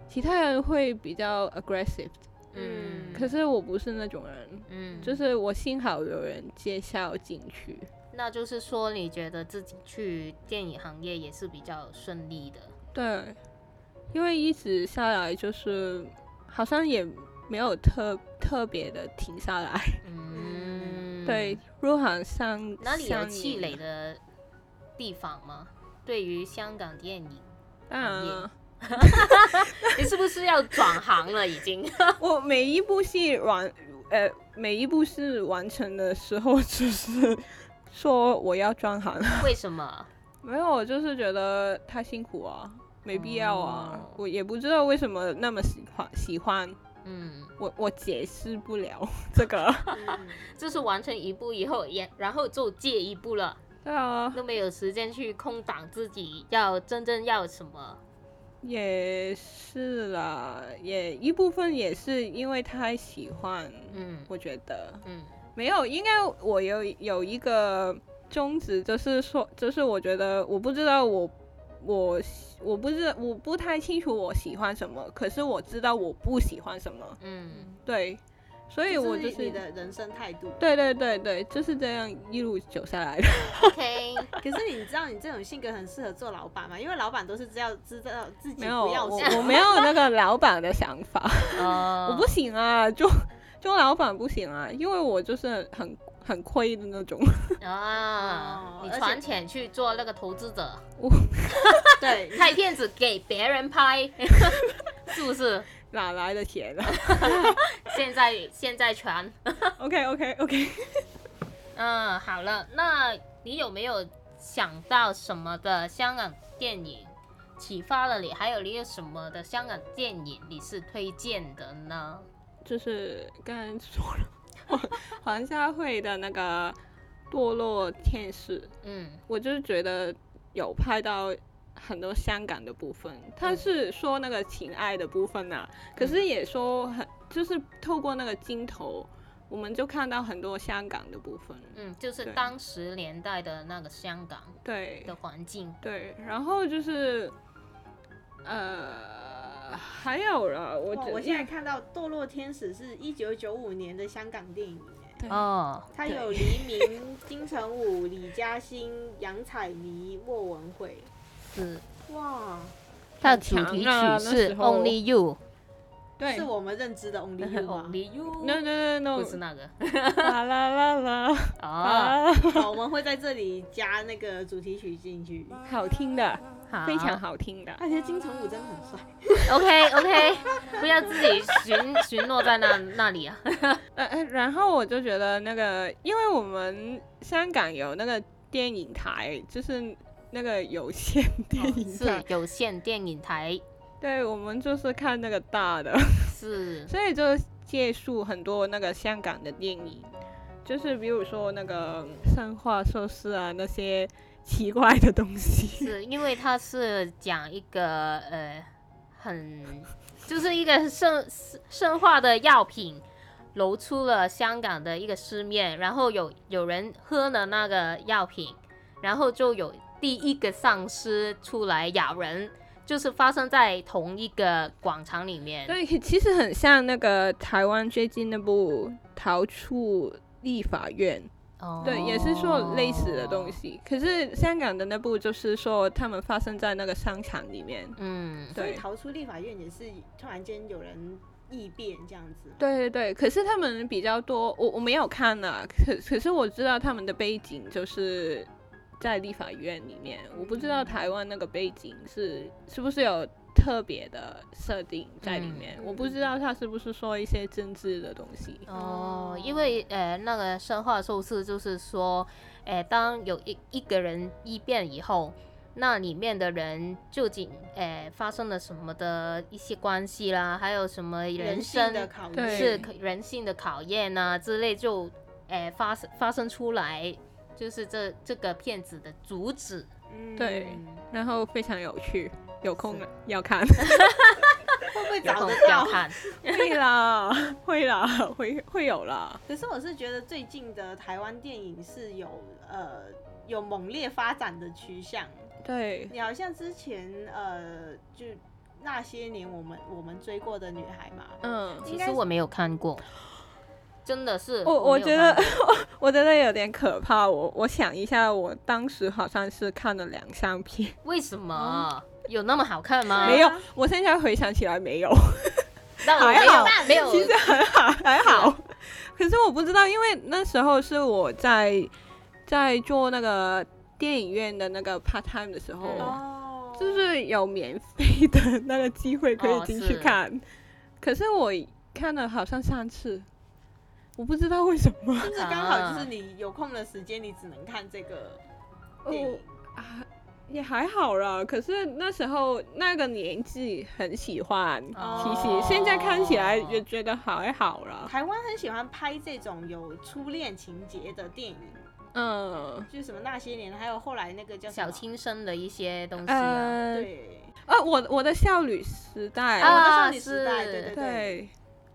Speaker 3: 其他人会比较 aggressive，
Speaker 2: 嗯，
Speaker 3: 可是我不是那种人，
Speaker 2: 嗯，
Speaker 3: 就是我幸好有人介绍进去，
Speaker 2: 那就是说，你觉得自己去电影行业也是比较顺利的。
Speaker 3: 对，因为一直下来就是好像也没有特特别的停下来，
Speaker 2: 嗯，
Speaker 3: 对，，入行上
Speaker 2: 哪里有
Speaker 3: 上
Speaker 2: 气
Speaker 3: 瘾
Speaker 2: 馁的地方吗？对于香港电影，
Speaker 3: 当然
Speaker 2: 瘾
Speaker 3: 了
Speaker 2: 你是不是要转行了？已经
Speaker 3: 我每一部戏完，呃，每一部戏完成的时候， 就是说我要转行，
Speaker 2: 为什么？
Speaker 3: 没有，我就是觉得太辛苦啊，没必要啊，
Speaker 2: 哦
Speaker 3: 我也不知道为什么那么喜欢喜欢，
Speaker 2: 嗯，
Speaker 3: 我我解释不了 这个。
Speaker 1: 嗯
Speaker 2: 就是完成一步以后，也然后就借一步了，
Speaker 3: 对啊，
Speaker 2: 都没有时间去空档自己要真正要什么。
Speaker 3: 也是啦，也一部分也是因为太喜欢，
Speaker 2: 嗯
Speaker 3: 我觉得
Speaker 2: 嗯
Speaker 3: 没有，应该我有有一个宗旨，就是说，就是我觉得我不知道我我我不知我不太清楚我喜欢什么，可是我知道我不喜欢什么，
Speaker 2: 嗯
Speaker 3: 对，所以我
Speaker 1: 嗯
Speaker 3: 就
Speaker 1: 这
Speaker 3: 是
Speaker 1: 你的人生态度。
Speaker 3: 对对对对，就是这样一路走下来的。
Speaker 2: ，OK，
Speaker 1: 可是你知道你这种性格很适合做老板吗？因为老板都是知道知道自己
Speaker 3: 没有，
Speaker 1: 不要
Speaker 3: 我
Speaker 1: 什
Speaker 3: 我
Speaker 1: 么。
Speaker 3: 没有那个老板的想法，
Speaker 2: 呃
Speaker 3: 我不行啊，做做老板不行啊，因为我就是很很亏的那种。
Speaker 1: 哦，
Speaker 2: 啊你
Speaker 1: 而且
Speaker 2: 传钱去做那个投资者，
Speaker 1: 对，
Speaker 2: 拍片子给别人拍， 是不是？
Speaker 3: 哪来的钱啊
Speaker 2: 现在现在传，
Speaker 3: ？OK OK OK，
Speaker 2: 嗯，好了，那你有没有想到什么的香港电影启发了你？还有你有什么的香港电影你是推荐的呢？
Speaker 3: 就是刚才说了黄 黄家慧的那个《堕落天使》，
Speaker 2: 嗯
Speaker 3: 我就是觉得有拍到很多香港的部分，他是说那个情爱的部分啊，可是也说很就是透过那个镜头，我们就看到很多香港的部分。
Speaker 2: 嗯，就是
Speaker 3: 对
Speaker 2: 当时年代的那个香港
Speaker 3: 对
Speaker 2: 的环境，
Speaker 3: 对，然后就是呃还有了，我
Speaker 1: 哇
Speaker 3: 觉
Speaker 1: 我现在看到《堕落天使》是一九九五年的香港电影耶，
Speaker 3: 对
Speaker 2: 哦，
Speaker 1: 它
Speaker 3: 对
Speaker 1: 有黎明、金城武、李嘉欣、杨采妮、莫文蔚。
Speaker 2: 是
Speaker 1: 哇，
Speaker 2: 它
Speaker 3: 的主题曲是 Only
Speaker 2: You。
Speaker 3: 对
Speaker 1: 是我们认知的 Only You 吗
Speaker 2: Only You，
Speaker 3: no no no
Speaker 2: 不
Speaker 3: no，
Speaker 2: 是那个
Speaker 3: 啦啦啦啦
Speaker 2: 哦，
Speaker 3: 啊，
Speaker 1: 好，我们会在这里加那个主题曲进去。
Speaker 3: 好听的，
Speaker 2: 好
Speaker 3: 非常好听的。
Speaker 1: 而且金城武真的很帅，
Speaker 2: OK OK，不要自己寻寻落在那那 里啊。
Speaker 3: 呃，呃，然后我就觉得那个，因为我们香港有那个电影台，就是那个有线 电
Speaker 1: 哦
Speaker 3: 影台，
Speaker 1: 啊
Speaker 2: 是有线电影台，
Speaker 3: 对我们就是看那个大的，
Speaker 2: 是呃
Speaker 3: 所以就借述很多那个香港的电影，就是比如说那个嗯生化寿司啊那些奇怪的东西。
Speaker 2: 是因为它是讲一个呃很就是一个生生化的药品。流出了香港的一个市面，然后有有人喝了那个药品，然后就有第一个丧尸出来咬人，就是发生在同一个广场里面。
Speaker 3: 对，其实很像那个台湾最近那部《逃出立法院》。
Speaker 2: 哦，
Speaker 3: 对，也是说类似的东。西。可是香港的那部就是说他们发生在那个商场里面。
Speaker 2: 嗯，
Speaker 1: 所以
Speaker 3: 对
Speaker 1: 逃出立法院也是突然间有人异变这样子。
Speaker 3: 对对对，可是他们比较多，我我没有看啊，可可是我知道他们的背景就是在立法院里面，我不知道台湾那个背景是是不是有特别的设定在里面。我不知道他是不是说一些政治的东西。
Speaker 2: 哦，因为呃，那个生化寿司就是说，呃，当有一一个人异变以后，那里面的人究竟呃发生了什么的一些关系啦，还有什么人
Speaker 1: 人
Speaker 2: 生
Speaker 1: 性的考
Speaker 3: 对
Speaker 1: 验
Speaker 2: 是可人性的考验啊之类就，呃发生发生出来，就是这这个骗子的主旨。
Speaker 1: 嗯
Speaker 3: 对然后非常有趣，有空
Speaker 2: 是
Speaker 3: 要看。
Speaker 1: 会不会
Speaker 2: 有
Speaker 1: 找
Speaker 2: 空
Speaker 1: 得
Speaker 2: 要
Speaker 1: 到？
Speaker 2: 看，
Speaker 3: 会啦，会啦，会会有啦。
Speaker 1: 可是我是觉得最近的台湾电影是有呃有猛烈发展的趋向。
Speaker 3: 对，
Speaker 1: 你好像之前呃就那些年我们我们追过的女孩嘛，
Speaker 3: 嗯，
Speaker 1: 应
Speaker 2: 其
Speaker 1: 该
Speaker 2: 实
Speaker 1: 是
Speaker 2: 我没有看过，真的是
Speaker 3: 我我
Speaker 2: 没有
Speaker 3: 觉得
Speaker 2: 看
Speaker 3: 我觉得有点可怕。我我想一下，我当时好像是看了两三篇，
Speaker 2: 过为什
Speaker 1: 哦
Speaker 2: 么有那么好看吗？
Speaker 3: 没有。我现在回想起来没有，
Speaker 2: 但我
Speaker 3: 还
Speaker 2: 没
Speaker 3: 好
Speaker 2: 有没有
Speaker 3: 其实还好还
Speaker 2: 啊
Speaker 3: 好。可是我不知道，因为那时候是我在在做那个电影院的那个 part time 的时候，
Speaker 2: 嗯
Speaker 1: 哦
Speaker 3: 就是有免费的那个机会可以
Speaker 2: 哦
Speaker 3: 进
Speaker 2: 是
Speaker 3: 去看。可是我看了好像三次，我不知道为什么。
Speaker 1: 是不是刚好就是你有空的时间，你只能看这个
Speaker 2: 哦
Speaker 1: 电影？
Speaker 3: 啊，也还好啦。可是那时候那个年纪很喜欢，
Speaker 2: 哦
Speaker 3: 其实现在看起来也觉得还好
Speaker 2: 啊
Speaker 3: 啦。
Speaker 1: 台湾很喜欢拍这种有初恋情节的电影，
Speaker 3: 嗯，
Speaker 1: 就是什么那些年，还有后来那个叫什么啊
Speaker 2: 小，清新的一些东西啊。
Speaker 3: 呃，
Speaker 1: 对，
Speaker 3: 啊，我我的少女时代，
Speaker 1: 我
Speaker 2: 啊
Speaker 1: 的少女时代，
Speaker 2: 是
Speaker 1: 对对对。
Speaker 3: 对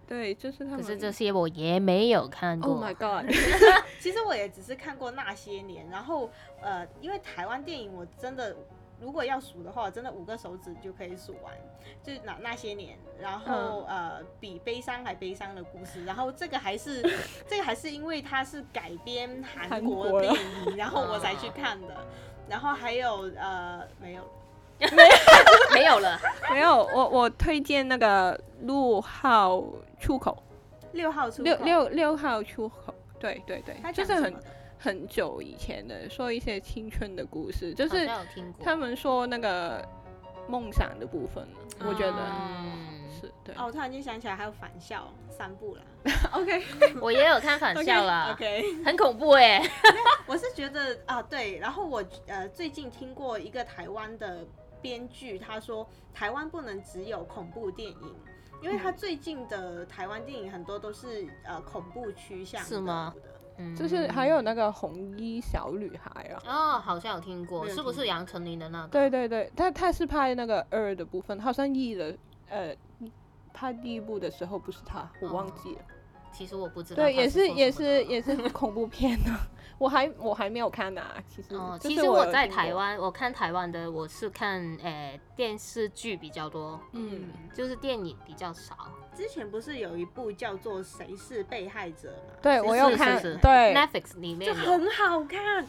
Speaker 3: 对，就是他
Speaker 2: 可
Speaker 3: 们。
Speaker 2: 是这啊些我也没有看过。
Speaker 3: Oh my god！
Speaker 1: 其实我也只是看过那些年，然后呃，因为台湾电影我真的如果要数的话，我真的五个手指就可以数完，就是那那些年，然后、
Speaker 3: 嗯
Speaker 1: 呃，比悲伤还悲伤的故事，然后这个还是 这个还是因为它是改编韩
Speaker 3: 韩
Speaker 1: 国
Speaker 3: 国
Speaker 1: 电影，然后我才去看的，然后还有呃没有。
Speaker 2: 没有了。
Speaker 3: 没有，我我推荐那个六号出口，
Speaker 1: 六号出口
Speaker 3: 六，六六号出口，对对
Speaker 1: 它
Speaker 3: 对，就
Speaker 1: 讲什
Speaker 3: 是很
Speaker 1: 么的
Speaker 3: 很久以前的，说一些青春的故事， 就
Speaker 2: 好
Speaker 3: 是
Speaker 2: 像有听过
Speaker 3: 他们说那个梦想的部分，我觉得
Speaker 2: 嗯
Speaker 3: 是对。
Speaker 1: 啊哦，我突然间想起来还有返校三部啦。
Speaker 3: OK，
Speaker 2: 我也有看返校啦
Speaker 1: OK，
Speaker 2: 很恐怖哎、
Speaker 1: 我是觉得啊，对，然后我呃最近听过一个台湾的编剧，他说台湾不能只有恐怖电影。因为他最近的台湾电影很多都是呃恐怖趋向的，
Speaker 2: 是吗嗯
Speaker 3: 就是还有那个红衣小女孩啊，
Speaker 2: 哦，好像有听过，
Speaker 1: 没有
Speaker 2: 是不
Speaker 1: 听
Speaker 2: 是
Speaker 1: 过
Speaker 2: 杨丞琳的那个？
Speaker 3: 对对对，他他是拍那个二的部分，好像一的呃拍第一部的时候不是他，我忘记了。
Speaker 2: 其实我不哦知道他
Speaker 3: 对，
Speaker 2: 说
Speaker 3: 也
Speaker 2: 什么
Speaker 3: 是
Speaker 2: 的。
Speaker 3: 也是 也是恐怖片呢、 我还我还没有看呢、啊其实、
Speaker 2: 哦，
Speaker 3: 就
Speaker 2: 其
Speaker 3: 是
Speaker 2: 实
Speaker 3: 我
Speaker 2: 我
Speaker 3: 有
Speaker 2: 在
Speaker 3: 听过
Speaker 2: 台，湾，我看台湾的，我是看呃电视剧比较多，
Speaker 3: 嗯，
Speaker 2: 就是电影比较少。
Speaker 1: 之前不是有一部叫做《谁是被害者》吗？
Speaker 3: 对
Speaker 1: 谁
Speaker 3: 我
Speaker 1: 是
Speaker 3: 有
Speaker 2: 是
Speaker 3: 看
Speaker 2: 是是
Speaker 3: 对
Speaker 2: Netflix 里面
Speaker 1: 就
Speaker 2: 有，
Speaker 1: 很好看，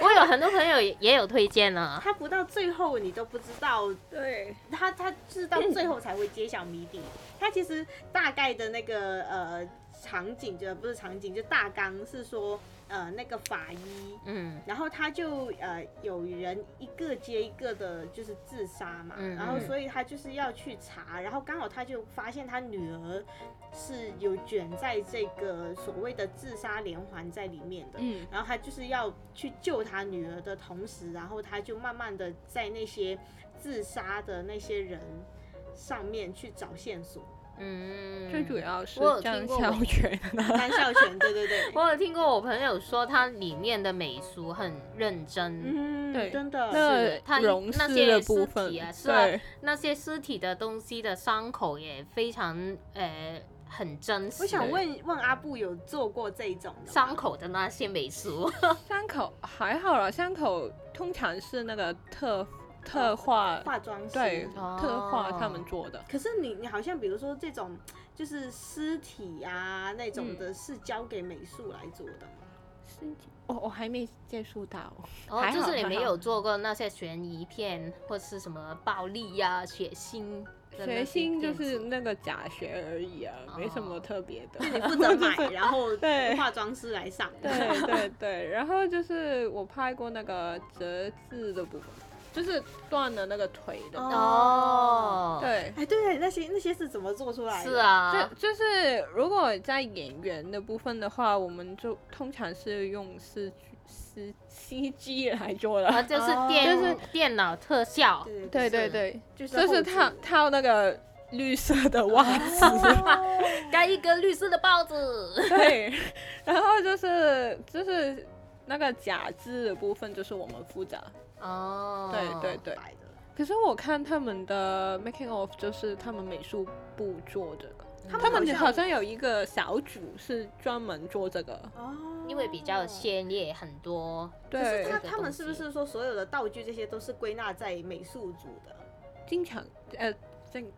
Speaker 2: 我有很多朋友也也有推荐呢。
Speaker 1: 他不到最后你都不知道
Speaker 3: 对，
Speaker 1: 他他是到最后才会揭晓谜底。他其实大概的那个呃场景，就不是场景，就大纲是说呃那个法医，
Speaker 2: 嗯
Speaker 1: 然后他就呃有人一个接一个的，就是自杀嘛，
Speaker 2: 嗯
Speaker 1: 然后
Speaker 2: 嗯
Speaker 1: 所以他就是要去查，然后刚好他就发现他女儿是有卷在这个所谓的自杀连环在里面的，
Speaker 3: 嗯
Speaker 1: 然后他就是要去救他女儿的同时，然后他就慢慢的在那些自杀的那些人上面去找线索。
Speaker 2: 嗯，
Speaker 3: 最主要是
Speaker 2: 我有听
Speaker 3: 张
Speaker 2: 过嗯
Speaker 3: 小
Speaker 2: 我
Speaker 3: 泉的，
Speaker 1: 单孝全，对对 对，
Speaker 2: 我有听过我朋友说，它里面的美术很认真，
Speaker 1: 嗯，
Speaker 3: 对
Speaker 1: 真的，
Speaker 3: 那
Speaker 2: 他一
Speaker 3: 容
Speaker 2: 那
Speaker 3: 饰
Speaker 2: 些
Speaker 3: 的
Speaker 2: 尸
Speaker 3: 部分
Speaker 2: 体啊，是啊
Speaker 3: 对，
Speaker 2: 那些尸体的东西的伤口也非常呃很真实。
Speaker 1: 我想问问阿布有做过这种的吗
Speaker 2: 伤？口的那些美 术，
Speaker 3: 伤口还好啦，伤口通常是那个特特化，
Speaker 1: 化妆师
Speaker 3: 对，
Speaker 2: 哦
Speaker 3: 特化他们做的，
Speaker 1: 可是你你好像比如说这种就是尸体啊那种的，是交给美术来做的 吗？
Speaker 3: 哦我我还没接触到，
Speaker 2: 哦，
Speaker 3: 还
Speaker 2: 就
Speaker 3: 好
Speaker 2: 是你
Speaker 3: 还
Speaker 2: 没
Speaker 3: 好
Speaker 2: 有做过那些悬疑片或是什么暴力呀、血腥的那
Speaker 3: 学
Speaker 2: 些
Speaker 3: 星
Speaker 2: 片
Speaker 3: 就
Speaker 2: 子
Speaker 3: 是那个假学而已啊，没什么
Speaker 2: 哦
Speaker 3: 特别的。
Speaker 1: 你负责买，然后
Speaker 3: 对
Speaker 1: 化妆师来上。
Speaker 3: 对对对，然后就是我拍过那个折字的部分，就是断了那个腿的。
Speaker 1: 哦
Speaker 2: 哦，，
Speaker 3: 对，
Speaker 1: 哎，对，那些那些是怎么做出来的？
Speaker 2: 是，啊，
Speaker 3: 就就是如果在演员的部分的话，我们就通常是用视视 CG 来做
Speaker 2: 啊
Speaker 3: 的。
Speaker 2: 就是
Speaker 1: 哦
Speaker 2: 电
Speaker 1: 就是
Speaker 2: 电脑特效，
Speaker 1: 对对
Speaker 2: 是
Speaker 3: 对对对，
Speaker 1: 就是
Speaker 3: 就是
Speaker 1: 后
Speaker 3: 套
Speaker 1: 置
Speaker 3: 套那个绿色 的袜子。
Speaker 2: 盖一根绿色的报纸。
Speaker 3: 对，然后就是就是那个假肢的部分就是我们负责。
Speaker 2: 哦，
Speaker 3: 对 对对。
Speaker 1: 白的。
Speaker 3: 可是我看他们的 making of 就是他们美术部做这个，
Speaker 1: 他
Speaker 3: 他
Speaker 1: 好
Speaker 3: 们
Speaker 1: 像
Speaker 3: 好像有一个小组是专门做这个。
Speaker 1: 哦，
Speaker 2: 因为比较鲜烈很多，
Speaker 1: 可是
Speaker 3: 对
Speaker 1: 他
Speaker 2: 这个
Speaker 1: 他们
Speaker 2: 东
Speaker 1: 是不
Speaker 2: 西
Speaker 1: 是说所有的道具这些都是归纳在美术组的？
Speaker 3: 经常呃正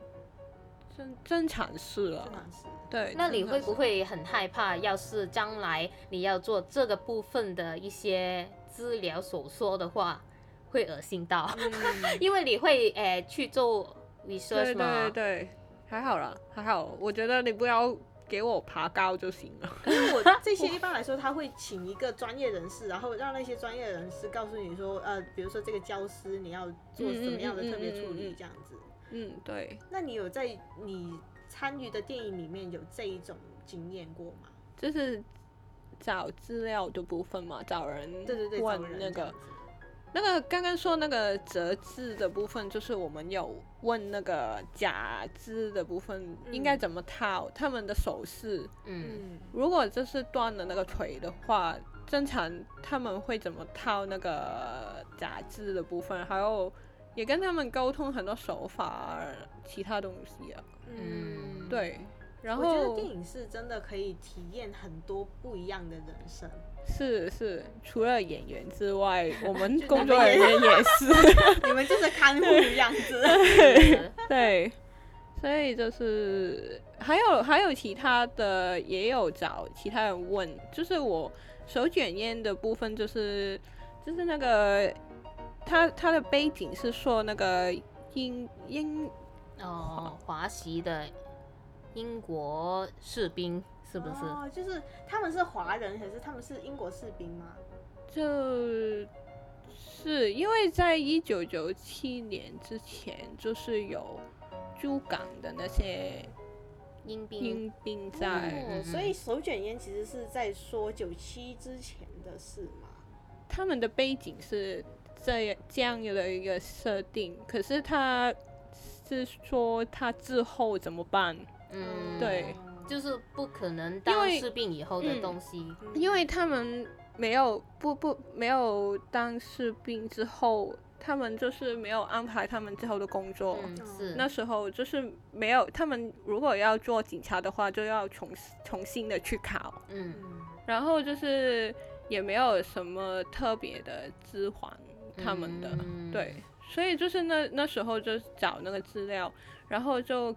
Speaker 3: 正正常事了
Speaker 1: 真。
Speaker 2: 嗯
Speaker 1: 的是。
Speaker 3: 对，
Speaker 2: 那你
Speaker 3: 正
Speaker 2: 会
Speaker 3: 常
Speaker 2: 不
Speaker 3: 事？
Speaker 2: 会很害怕？要是将来你要做这个部分的一些治疗手术的话，会恶心到，
Speaker 1: 嗯
Speaker 2: 因为你会诶、呃去做 research
Speaker 3: 嗯对
Speaker 2: 嘛
Speaker 3: 对。对，还好啦，还好。我觉得你不要给我爬高就行了。
Speaker 1: 因为我这些一般来说，他会请一个专业人士，然后让那些专业人士告诉你说，呃，比如说这个教师你要做什么样的特别处
Speaker 3: 嗯嗯嗯嗯嗯
Speaker 1: 理
Speaker 3: 嗯
Speaker 1: 这样子。
Speaker 3: 嗯，对，
Speaker 1: 那你有在你参与的电影里面有这一种经验过吗？
Speaker 3: 就是找资料的部分嘛，找人
Speaker 1: 对对对，找
Speaker 3: 问
Speaker 1: 人
Speaker 3: 那
Speaker 1: 这样
Speaker 3: 个
Speaker 1: 子
Speaker 3: 那个刚刚说那个折字的部分，就是我们有问那个假肢的部分应该怎么套，他们的手势。
Speaker 2: 嗯，
Speaker 1: 嗯，
Speaker 3: 如果就是断了那个腿的话，正常他们会怎么套那个假肢的部分，还有也跟他们沟通很多手法、其他东西啊。
Speaker 2: 嗯
Speaker 3: 对，然
Speaker 1: 我觉得
Speaker 3: 后
Speaker 1: 电影是真的可以体验很多不一样的人生。
Speaker 3: 是是，除了演员 之外，我们
Speaker 1: 就
Speaker 3: 工
Speaker 1: 你
Speaker 3: 作
Speaker 1: 们
Speaker 3: 人员也是
Speaker 1: 你们就是看护一样子。
Speaker 3: 嗯
Speaker 2: 是
Speaker 3: 对。所以就是还有还有其他的也有找其他人问，就是我手卷烟的部分，就是就是那个他他的背景是说那个英英
Speaker 2: 哦，华裔的英国士兵是不是？
Speaker 1: 哦，就是他们是华人，可是他们是英国士兵吗？
Speaker 3: 就是因为在一九九七年之前，就是有驻港的那些
Speaker 2: 英兵
Speaker 3: 英兵在，
Speaker 2: 嗯嗯嗯
Speaker 1: 哦，所以手卷烟其实是在说九七之前的事嘛。
Speaker 3: 他们的背景是这样这样的一个设定，可是他是说他之后怎么办？
Speaker 2: 嗯，
Speaker 3: 对
Speaker 1: 哦
Speaker 2: 就是不可能
Speaker 3: 因
Speaker 2: 当
Speaker 3: 为
Speaker 2: 士兵以后的
Speaker 3: 嗯
Speaker 2: 东西。
Speaker 3: 因为他们没有不不没有当士兵之后，他们就是没有安排他们之后的工作。
Speaker 2: 嗯，是
Speaker 3: 那时候就是没有，他们如果要做警察的话，就要重重新的去考，
Speaker 2: 嗯
Speaker 1: 嗯
Speaker 3: 然后就是也没有什么特别的支援他们的，
Speaker 2: 嗯
Speaker 3: 对，所以就是那那时候就找那个资料，然后就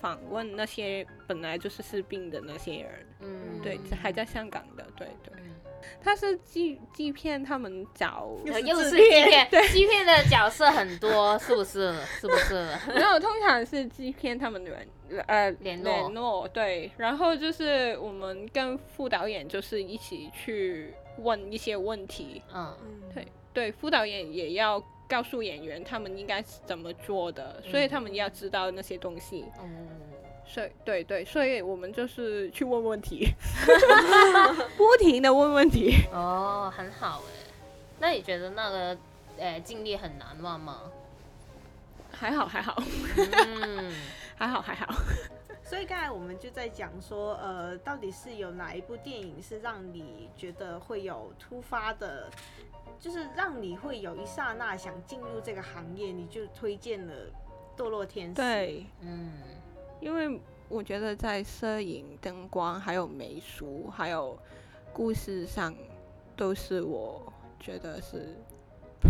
Speaker 3: 访问那些本来就是士兵的那些人，
Speaker 2: 嗯，
Speaker 3: 对，还在香港的，对对，
Speaker 2: 嗯。
Speaker 3: 他是欺欺骗他们找，
Speaker 1: 又
Speaker 2: 呃
Speaker 1: 是
Speaker 2: 又
Speaker 1: 自
Speaker 2: 是欺
Speaker 1: 恋
Speaker 2: 骗，欺骗的角色很多，是不是？是不是？
Speaker 3: 没有，通常是欺骗他们的人，呃，
Speaker 2: 联络
Speaker 3: 络，对。然后就是我们跟副导演就是一起去问一些问题，
Speaker 2: 嗯，
Speaker 3: 对对，副导演也要告诉演员他们应该是怎么做的，所以他们
Speaker 2: 嗯
Speaker 3: 要知道那些东西。
Speaker 2: 哦，
Speaker 3: 所以对对，所以我们就是去问问 题，不停的问问题。
Speaker 2: 哦，很好哎。那你觉得那个呃经历很难忘吗？
Speaker 3: 还好还好
Speaker 2: 嗯，
Speaker 3: 还好还好，
Speaker 1: 所以刚才我们就在讲说，呃，到底是有哪一部电影是让你觉得会有突发的，就是让你会有一刹那想进入这个行业，你就推荐了《堕落天使》。，
Speaker 3: 对，
Speaker 2: 嗯，
Speaker 3: 因为我觉得在摄影、灯光、还有美术、还有故事上，都是我觉得是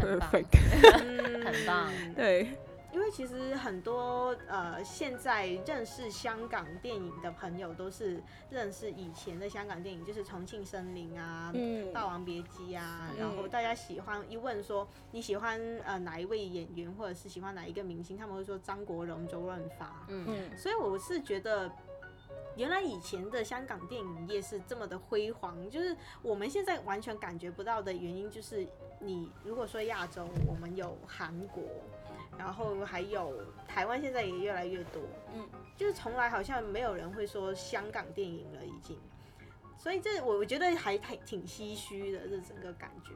Speaker 2: 很棒
Speaker 3: perfect。
Speaker 1: 嗯
Speaker 2: 很棒
Speaker 3: 对，
Speaker 1: 因为其实很多呃，现在认识香港电影的朋友，都是认识以前的香港电影，就是《重庆森林》啊，
Speaker 3: 嗯
Speaker 1: 霸王别姬》啊，
Speaker 3: 嗯
Speaker 1: 然后大家喜欢一问说你喜欢呃哪一位演员，或者是喜欢哪一个明星，他们会说张国荣、周润发。
Speaker 2: 嗯
Speaker 3: 嗯，
Speaker 1: 所以我是觉得原来以前的香港电影业是这么的辉煌，就是我们现在完全感觉不到的原因，就是你如果说亚洲，我们有韩国，然后还有台湾，现在也越来越多，
Speaker 4: 嗯，
Speaker 1: 就是从来好像没有人会说香港电影了，已经。所以这我我觉得还挺挺唏嘘的，这整个感觉。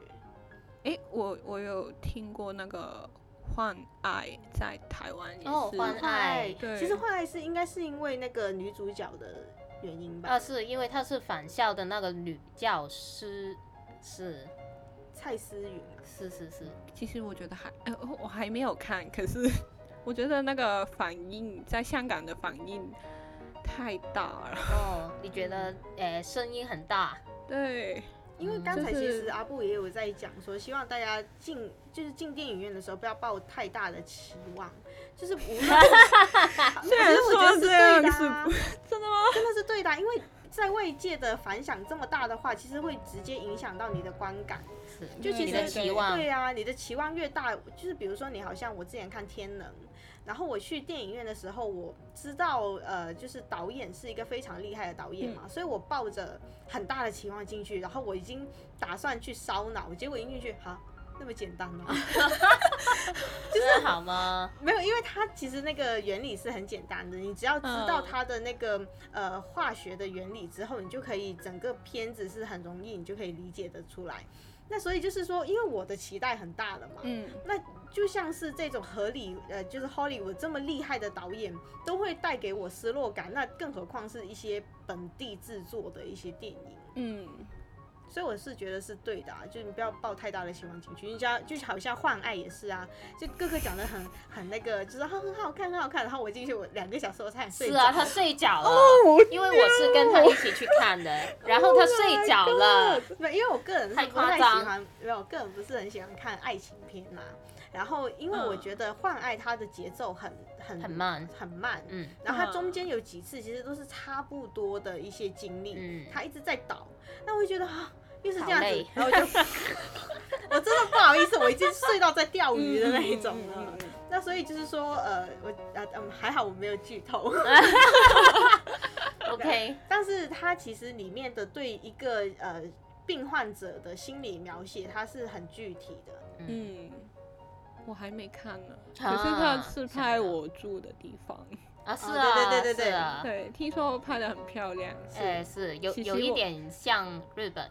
Speaker 3: 诶，我我有听过那个《换爱》在台湾也是，
Speaker 4: 哦换爱
Speaker 3: 对
Speaker 1: 其实换爱是应该是因为那个女主角的原因吧？
Speaker 2: 啊，是因为她是返校的那个女教师，是
Speaker 1: 蔡思芸啊，
Speaker 2: 是是是，
Speaker 3: 其实我觉得还，呃，我还没有看，可是我觉得那个反应在香港的反应太大了。
Speaker 2: 哦，你觉得呃声音很大，
Speaker 3: 对，
Speaker 1: 因为
Speaker 2: 嗯
Speaker 1: 刚才
Speaker 3: 就
Speaker 1: 其
Speaker 3: 是
Speaker 1: 实阿布也有在讲说，希望大家进就是进电影院的时候不要抱太大的期望，就是无 论虽
Speaker 3: 然
Speaker 1: 我觉得
Speaker 3: 说
Speaker 1: 是
Speaker 3: 这
Speaker 1: 对
Speaker 3: 样
Speaker 1: 的
Speaker 3: 是
Speaker 1: 啊、
Speaker 3: 不真的吗？
Speaker 1: 真的是对的啊、因为在外界的反响这么大的话，其实会直接影响到你的观感。
Speaker 2: 是
Speaker 1: 就其实
Speaker 2: 嗯你的期望
Speaker 1: 对啊，你的期望越大，就是比如说你好像我之前看《天能》，然后我去电影院的时候，我知道呃，就是导演是一个非常厉害的导演
Speaker 2: 嗯
Speaker 1: 嘛，所以我抱着很大的期望进去，然后我已经打算去烧脑，结果一进去哈。那么简单吗？
Speaker 2: 就是好吗？
Speaker 1: 没有，因为它其实那个原理是很简单的，你只要知道
Speaker 3: 嗯
Speaker 1: 它的那个、呃化学的原理之后，你就可以整个片子是很容易，你就可以理解得出来。那所以就是说，因为我的期待很大了嘛，
Speaker 3: 嗯，
Speaker 1: 哦那就像是这种合理呃，就是 Hollywood 这么厉害的导演都会带给我失落感，那更何况是一些本地制作的一些电影。
Speaker 3: 嗯，
Speaker 1: 所以我是觉得是对的、啊，就你不要抱太大的期望进去。你只要就好像《换爱》也是啊，就哥哥讲的很很那个，就是啊很好看，很好看。然后我进去，我两个小时我差点睡
Speaker 2: 是
Speaker 1: 着。哦
Speaker 2: 啊，她睡着了，因为我是
Speaker 1: 啊
Speaker 2: 跟她一起去 看的，然
Speaker 1: Oh
Speaker 2: 后她睡着了，
Speaker 1: 没有，因为我个人是
Speaker 2: 太
Speaker 1: 不
Speaker 2: 夸
Speaker 1: 太喜
Speaker 2: 张
Speaker 1: 欢，没有，我个人不是很喜欢看爱情片啦、然后因为
Speaker 3: 嗯
Speaker 1: 我觉得《换爱》它的节奏很很
Speaker 2: 很慢
Speaker 1: 很慢，
Speaker 2: 嗯
Speaker 1: 然后它
Speaker 3: 嗯
Speaker 1: 中间有几次其实都是差不多的一些经历，
Speaker 2: 嗯
Speaker 1: 它一直在倒，那我就觉得啊，又是这样
Speaker 2: 好
Speaker 1: 子
Speaker 2: 累，
Speaker 1: 然后我就， 我真的不好意思，我已经睡到在钓鱼的那一种了。
Speaker 3: 嗯嗯嗯嗯
Speaker 1: 那所以就是说，呃，我啊嗯，还好我没有剧 透。
Speaker 2: ，OK，
Speaker 1: 但是它其实里面的对一个呃病患者的心理描写，它是很具体的。
Speaker 3: 嗯，我还没看呢。可
Speaker 2: 啊
Speaker 3: 是他是
Speaker 2: 想
Speaker 3: 拍
Speaker 2: 到
Speaker 3: 我住的地方，
Speaker 2: 啊是
Speaker 1: 对
Speaker 2: 啊，
Speaker 1: 哦对对对
Speaker 2: 是啊，
Speaker 3: 对，听说拍的很漂亮，
Speaker 2: 哎是有
Speaker 3: 其实
Speaker 2: 有一
Speaker 3: 我
Speaker 2: 点像日本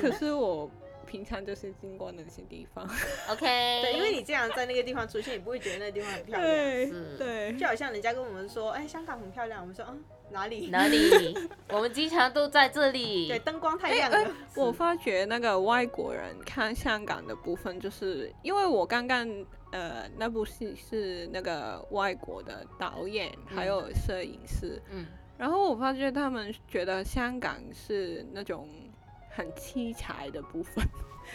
Speaker 3: 可是我平常就是经过那些地方，哎
Speaker 2: ，OK，
Speaker 1: 对，因为你这样在那个地方出现，你不会觉得那个地方很漂 亮。
Speaker 3: 对
Speaker 2: 是
Speaker 3: 对，
Speaker 1: 就好像人家跟我们说，哎，香港很漂亮，我们说，嗯，哪 里？
Speaker 2: 哪里？ 我们经常都在这里。
Speaker 1: 对，灯光太亮了。
Speaker 3: 我发觉那个外国人看香港的部分，就是因为我刚刚呃那部戏是那个外国的导演还有摄影师，
Speaker 2: 嗯，
Speaker 3: 然后我发觉他们觉得香港是那种很七彩的部分，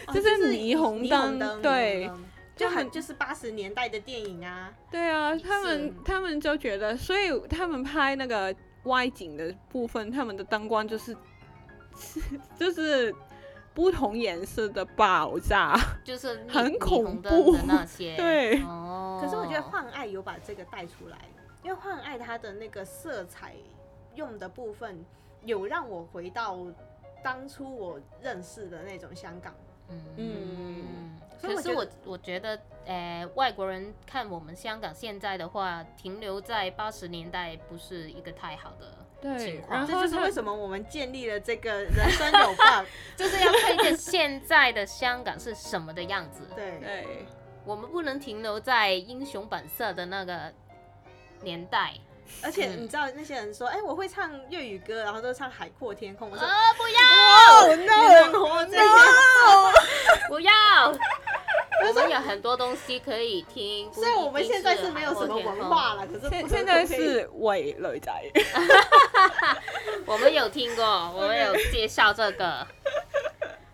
Speaker 1: 哦
Speaker 3: 就是霓虹
Speaker 1: 霓
Speaker 3: 灯
Speaker 1: 灯，
Speaker 3: 对
Speaker 1: 霓虹灯就
Speaker 3: 他们
Speaker 1: 很就是八十年代的电影啊，
Speaker 3: 对啊，他们
Speaker 1: 是
Speaker 3: 他们就觉得，所以他们拍那个外景的部分，他们的灯光就是 就是不同颜色的爆炸，
Speaker 2: 就是霓
Speaker 3: 很
Speaker 2: 霓
Speaker 3: 恐
Speaker 2: 虹灯的
Speaker 3: 怖
Speaker 2: 那些。
Speaker 3: 对
Speaker 2: 哦。
Speaker 1: 可是我觉得《幻爱》有把这个带出来，因为《幻爱》它的那个色彩用的部分，有让我回到当初我认识的那种香港。
Speaker 2: 嗯
Speaker 3: 嗯，
Speaker 1: 所以
Speaker 2: 可
Speaker 1: 我
Speaker 2: 是
Speaker 1: 觉
Speaker 2: 我
Speaker 1: 得
Speaker 2: 我觉得，呃，外国人看我们香港现在的话，停留在八十年代不是一个太好的情
Speaker 3: 对，
Speaker 2: 况，
Speaker 3: 然
Speaker 1: 这
Speaker 3: 后
Speaker 1: 就是
Speaker 3: 他
Speaker 1: 为什么我们建立了这个人生有 bug。
Speaker 2: 就是要看一个现在的香港是什么的样子。
Speaker 1: 对，
Speaker 3: 对。
Speaker 2: 我们不能停留在英雄本色的那个年代
Speaker 1: 而且
Speaker 2: 嗯
Speaker 1: 你知道那些人说，哎、我会唱粤语歌，然后都唱《海阔天空》，我说。
Speaker 2: 啊！不要，
Speaker 1: Oh no！
Speaker 2: 不要。我们有很多东西可以听，不
Speaker 1: 虽然我们
Speaker 2: 一定
Speaker 1: 现在是没有什么
Speaker 2: 海阔天
Speaker 1: 文
Speaker 2: 空
Speaker 1: 化了，可是
Speaker 3: 现
Speaker 1: 不
Speaker 3: 现在
Speaker 1: 不可以
Speaker 3: 是伪女仔，
Speaker 2: 我们有听过，我们有介绍这个，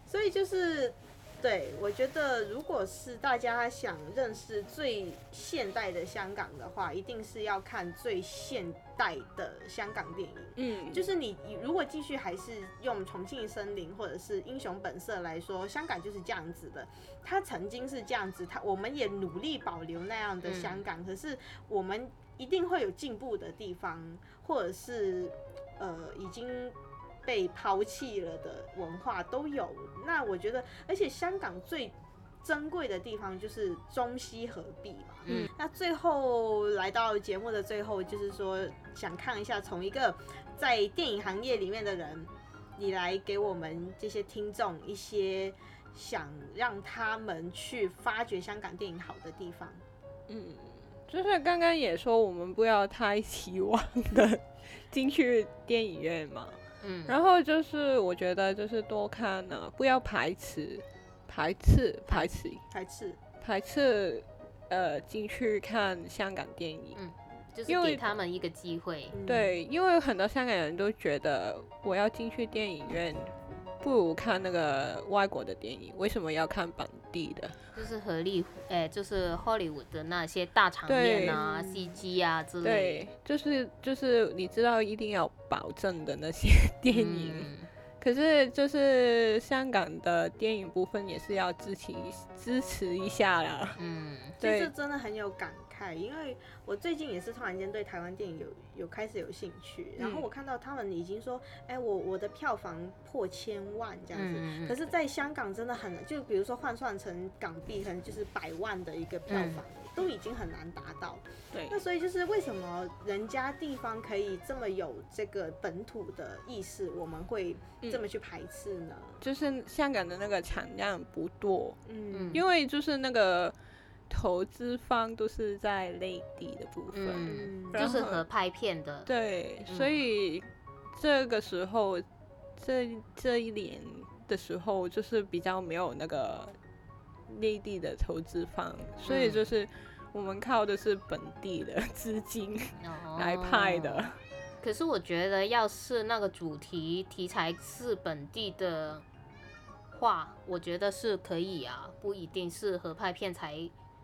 Speaker 1: 所以就是，对我觉得，如果是大家想认识最现代的香港的话，一定是要看最现代的香港电影。
Speaker 3: 嗯，
Speaker 1: 就是是你你如果继续还是用《重庆森林》或者是《英雄本色》来说，香港就是这样子的，它曾经是这样子，它我们也努力保留那样的香港，可是我们一定会有进步的地方，或者是呃已经被抛弃了的文化都有。那我觉得，而且香港最珍贵的地方就是中西合璧嘛。
Speaker 2: 嗯，
Speaker 1: 那最后来到节目的最后，就是说想看一下从一个在电影行业里面的人，你来给我们这些听众一些想让他们去发掘香港电影好的地方。
Speaker 3: 嗯，就是刚刚也说我们不要太期望的进去电影院嘛，
Speaker 2: 嗯，
Speaker 3: 然后就是我觉得就是多看呢、不要排斥，排斥，排斥，
Speaker 1: 排斥，
Speaker 3: 排斥，呃，进去看香港电影。
Speaker 2: 就是
Speaker 3: 因为
Speaker 2: 给他们一个机会。
Speaker 1: 嗯，
Speaker 3: 对，因为很多香港人都觉得我要进去电影院，不如看那个外国的电影，为什么要看本地的？
Speaker 2: 就是合力，呃，就是好莱坞的那些大场面啊、
Speaker 1: 对
Speaker 2: CG 啊之类
Speaker 3: 对，就是就是你知道一定要保证的那些
Speaker 2: 的
Speaker 3: 电影，
Speaker 2: 嗯
Speaker 3: 可是就是香港的电影部分也是要支持一支持一下啦。
Speaker 2: 嗯，
Speaker 1: 其实
Speaker 3: 对
Speaker 1: 这真的很有感慨，因为我最近也是突然间对台湾电影有有开始有兴趣，然后
Speaker 3: 嗯
Speaker 1: 我看到他们已经说，哎、我我的票房破千万这样子，
Speaker 2: 嗯嗯嗯
Speaker 1: 可是，在香港真的很难，就比如说换算成港币，可能就是百万的一个票房，都已经很难达到。
Speaker 3: 对
Speaker 1: 那所以就是为什么人家地方可以这么有这个本土的意识，我们会
Speaker 2: 嗯
Speaker 1: 这么去排斥呢？
Speaker 3: 就是香港的那个产量不多，
Speaker 1: 嗯
Speaker 2: 嗯
Speaker 3: 因为就是那个投资方都是在内地的部分。
Speaker 2: 嗯，
Speaker 3: 然
Speaker 2: 就
Speaker 3: 后
Speaker 2: 是合拍片的，
Speaker 3: 对，所
Speaker 2: 嗯
Speaker 3: 以这个时候，这这一年的时候，就是比较没有那个内地的投资方，所以
Speaker 2: 嗯
Speaker 3: 就是我们靠的是本地的 资金
Speaker 2: 哦
Speaker 3: 来派的。
Speaker 2: 可是我觉得，要是那个主题题材是本地的话，我觉得是可以啊，不一定是合拍片才。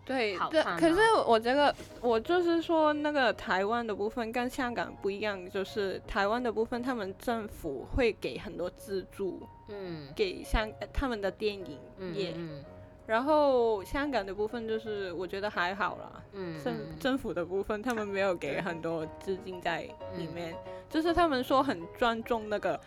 Speaker 3: 对
Speaker 2: 好
Speaker 3: 对，
Speaker 2: 看哦
Speaker 3: 可是
Speaker 2: 吗
Speaker 3: 我这个，我就是说那个台湾的部分跟香港不一样，就是台湾的部分，他们政府会给很多资助
Speaker 2: 嗯
Speaker 3: 给香呃他们的电影
Speaker 2: 嗯
Speaker 3: 业。
Speaker 2: 嗯
Speaker 3: 然后香港的部分就是我觉得还好啦，
Speaker 2: 嗯
Speaker 3: 政
Speaker 2: 嗯
Speaker 3: 政府的部分他们没有给很多资金在里
Speaker 2: 嗯
Speaker 3: 面，就是他们说很专注那个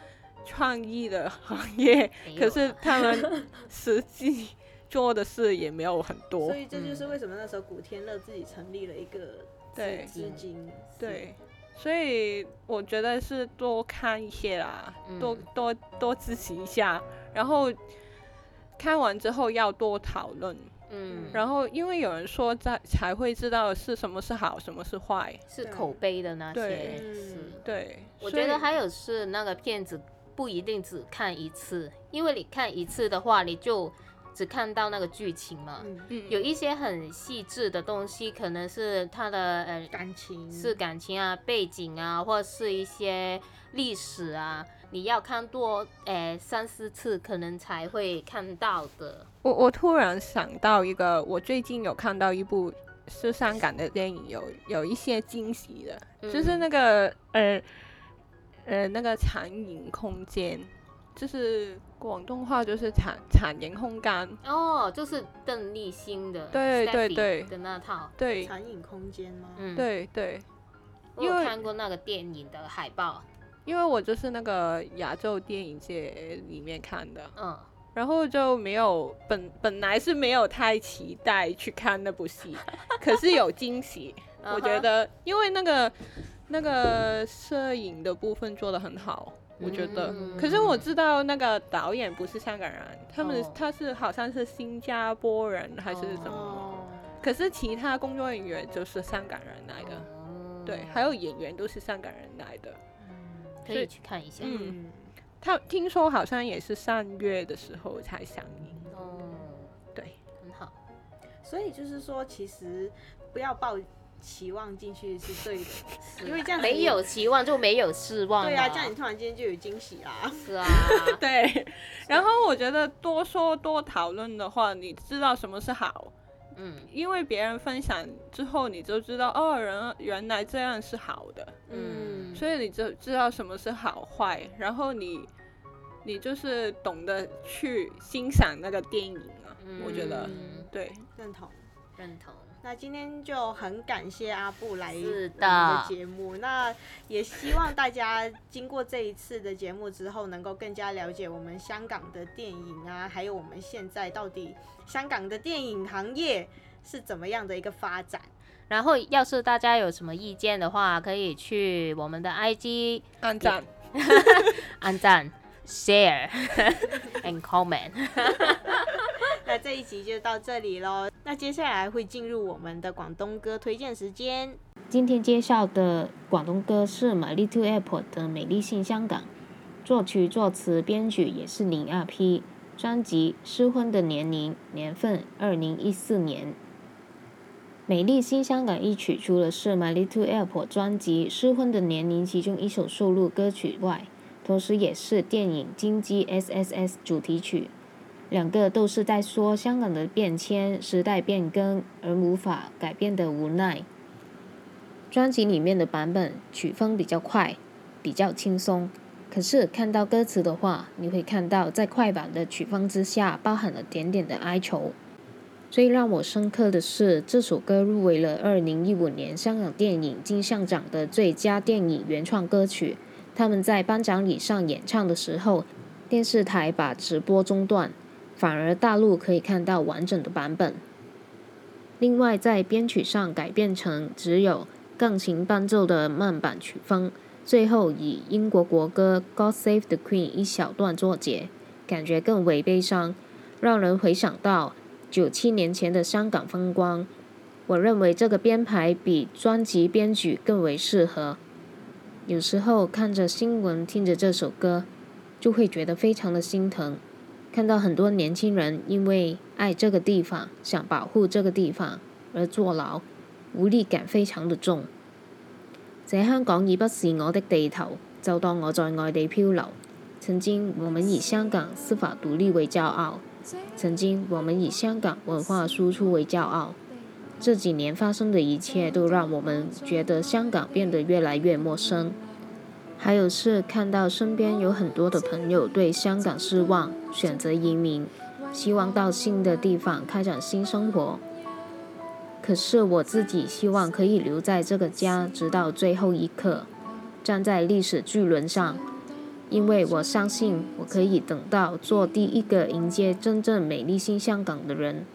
Speaker 3: 创意的行业，
Speaker 2: 没有
Speaker 3: 可是
Speaker 2: 啊
Speaker 3: 他们实际做的事也没有很多
Speaker 1: 所。
Speaker 2: 嗯
Speaker 1: 以这就是为什么那时候古天乐自己成立了一个
Speaker 3: 对
Speaker 1: 资金，
Speaker 3: 对，所以我觉得是多看一些啦，多
Speaker 2: 嗯
Speaker 3: 多多支持一下，然后看完之后要多讨论。
Speaker 2: 嗯，
Speaker 3: 然后，因为有人说在才会知道是什么是好，什么是坏，
Speaker 2: 是
Speaker 1: 对
Speaker 2: 口碑的那些
Speaker 3: 对
Speaker 1: 嗯
Speaker 2: 是。
Speaker 3: 对。
Speaker 2: 我
Speaker 3: 所
Speaker 2: 觉得
Speaker 3: 以
Speaker 2: 嗯还有是那个片子不一定只看一次，因为你看一次的话，你就只看到那个剧情嘛。
Speaker 1: 嗯，
Speaker 3: 嗯
Speaker 2: 有一些很细致的东西，可能是它的呃
Speaker 1: 感情
Speaker 2: 是感情啊、背景啊，或是一些历史啊，你要看多呃三四次可能才会看到的。
Speaker 3: 我我突然想到一个，我最近有看到一部是香港的电影，有有一些惊喜的，就是
Speaker 2: 嗯
Speaker 3: 那个呃呃那个残影空间，就是广东话就是残残影空间，
Speaker 2: 哦，就是邓丽欣的
Speaker 3: 对对
Speaker 2: Steffi
Speaker 3: 对
Speaker 2: 的那套，
Speaker 3: 对
Speaker 1: 残影空间吗？
Speaker 2: 嗯，，
Speaker 3: 对对，
Speaker 2: 我有
Speaker 3: 因为
Speaker 2: 看过那个电影的海报，
Speaker 3: 因为我就是那个亚洲电影节里面看的，
Speaker 2: 嗯。
Speaker 3: 然后就没有本本来是没有太期待去看那部戏，可是有 惊喜。我觉得，因为那个那个摄影的部分做得很好，我觉得。
Speaker 2: 嗯
Speaker 3: 可是我知道那个导演不是香港人，他们、
Speaker 2: 哦
Speaker 3: 他是好像是新加坡人还是什么，
Speaker 1: 哦，
Speaker 3: 可是其他工作人员就是香港人来的，
Speaker 2: 哦
Speaker 3: 对，还有演员都是香港人来的。
Speaker 2: 可以去看一下。
Speaker 3: 嗯
Speaker 1: 嗯，
Speaker 3: 他听说好像也是上月的时候才上映，
Speaker 2: 哦，
Speaker 3: 对，
Speaker 2: 很好。
Speaker 1: 嗯所以就是说，其实不要抱期望进去是对的，
Speaker 2: 是啊
Speaker 1: 因为这样子
Speaker 2: 没有期望就没有失望嘛。
Speaker 1: 对啊，这样你突然间就有惊喜啦。
Speaker 2: 是啊，
Speaker 3: 对。然后我觉得多说多讨论的话，你知道什么是好，
Speaker 2: 嗯
Speaker 3: 因为别人分享之后，你就知道哦，原原来这样是好的，
Speaker 2: 嗯
Speaker 3: 所以你就知道什么是好坏，然后你你就是懂得去欣赏那个电影啊，我觉得
Speaker 2: 嗯
Speaker 3: 对，
Speaker 1: 认同。
Speaker 2: 认同。
Speaker 1: 那今天就很感谢阿布来
Speaker 2: 是
Speaker 1: 我们
Speaker 2: 的
Speaker 1: 的节目，那也希望大家经过这一次的节目之后，能够更加了解我们香港的电影啊，还有我们现在到底香港的电影行业是怎么样的一个发展。
Speaker 2: 然后，要是大家有什么意见的话，可以去我们的 IG
Speaker 3: 按赞，
Speaker 2: 按赞、share and comment。
Speaker 1: 那这一集就到这里喽，那接下来会进入我们的广东歌推荐时间。
Speaker 4: 今天介绍的广东歌是《My Little Airport》的《美丽新香港》，作曲、作词、编曲也是零二 P，专辑《失婚的年龄》年份二零一四年。《美丽新香港》一曲除了是《My Little Airport》专辑《失婚的年龄》其中一首收录歌曲外，同时也是电影《金鸡 SSS》主题曲。两个都是在说香港的变迁、时代变更而无法改变的无奈。专辑里面的版本曲风比较快，比较轻松。可是看到歌词的话，你会看到在快板的曲风之下，包含了点点的哀愁。最让我深刻的是，这首歌入围了2015年香港电影金像奖的最佳电影原创歌曲。他们在颁奖礼上演唱的时候，电视台把直播中断，反而大陆可以看到完整的版本。另外，在编曲上改变成只有钢琴伴奏的慢板曲风，最后以英国国歌《God Save the Queen》一小段作结，感觉更为悲伤，让人回想到九七年前的香港风光。我认为这个编排比专辑编曲更为适合。有时候看着新闻，听着这首歌，就会觉得非常的心疼。看到很多年轻人因为爱这个地方，想保护这个地方而坐牢，無力感非常的重。這香港已不是我的地頭，就當我在外地漂流。曾經我們以香港司法獨立為驕傲，曾經我們以香港文化輸出為驕傲。這幾年發生的一切都讓我們覺得香港變得越來越陌生。還有是看到身邊有很多的朋友對香港失望，選擇移民，希望到新的地方開展新生活。可是我自己希望可以留在这个家，直到最后一刻，站在历史巨轮上，因为我相信我可以等到做第一个迎接真正美丽新香港的人。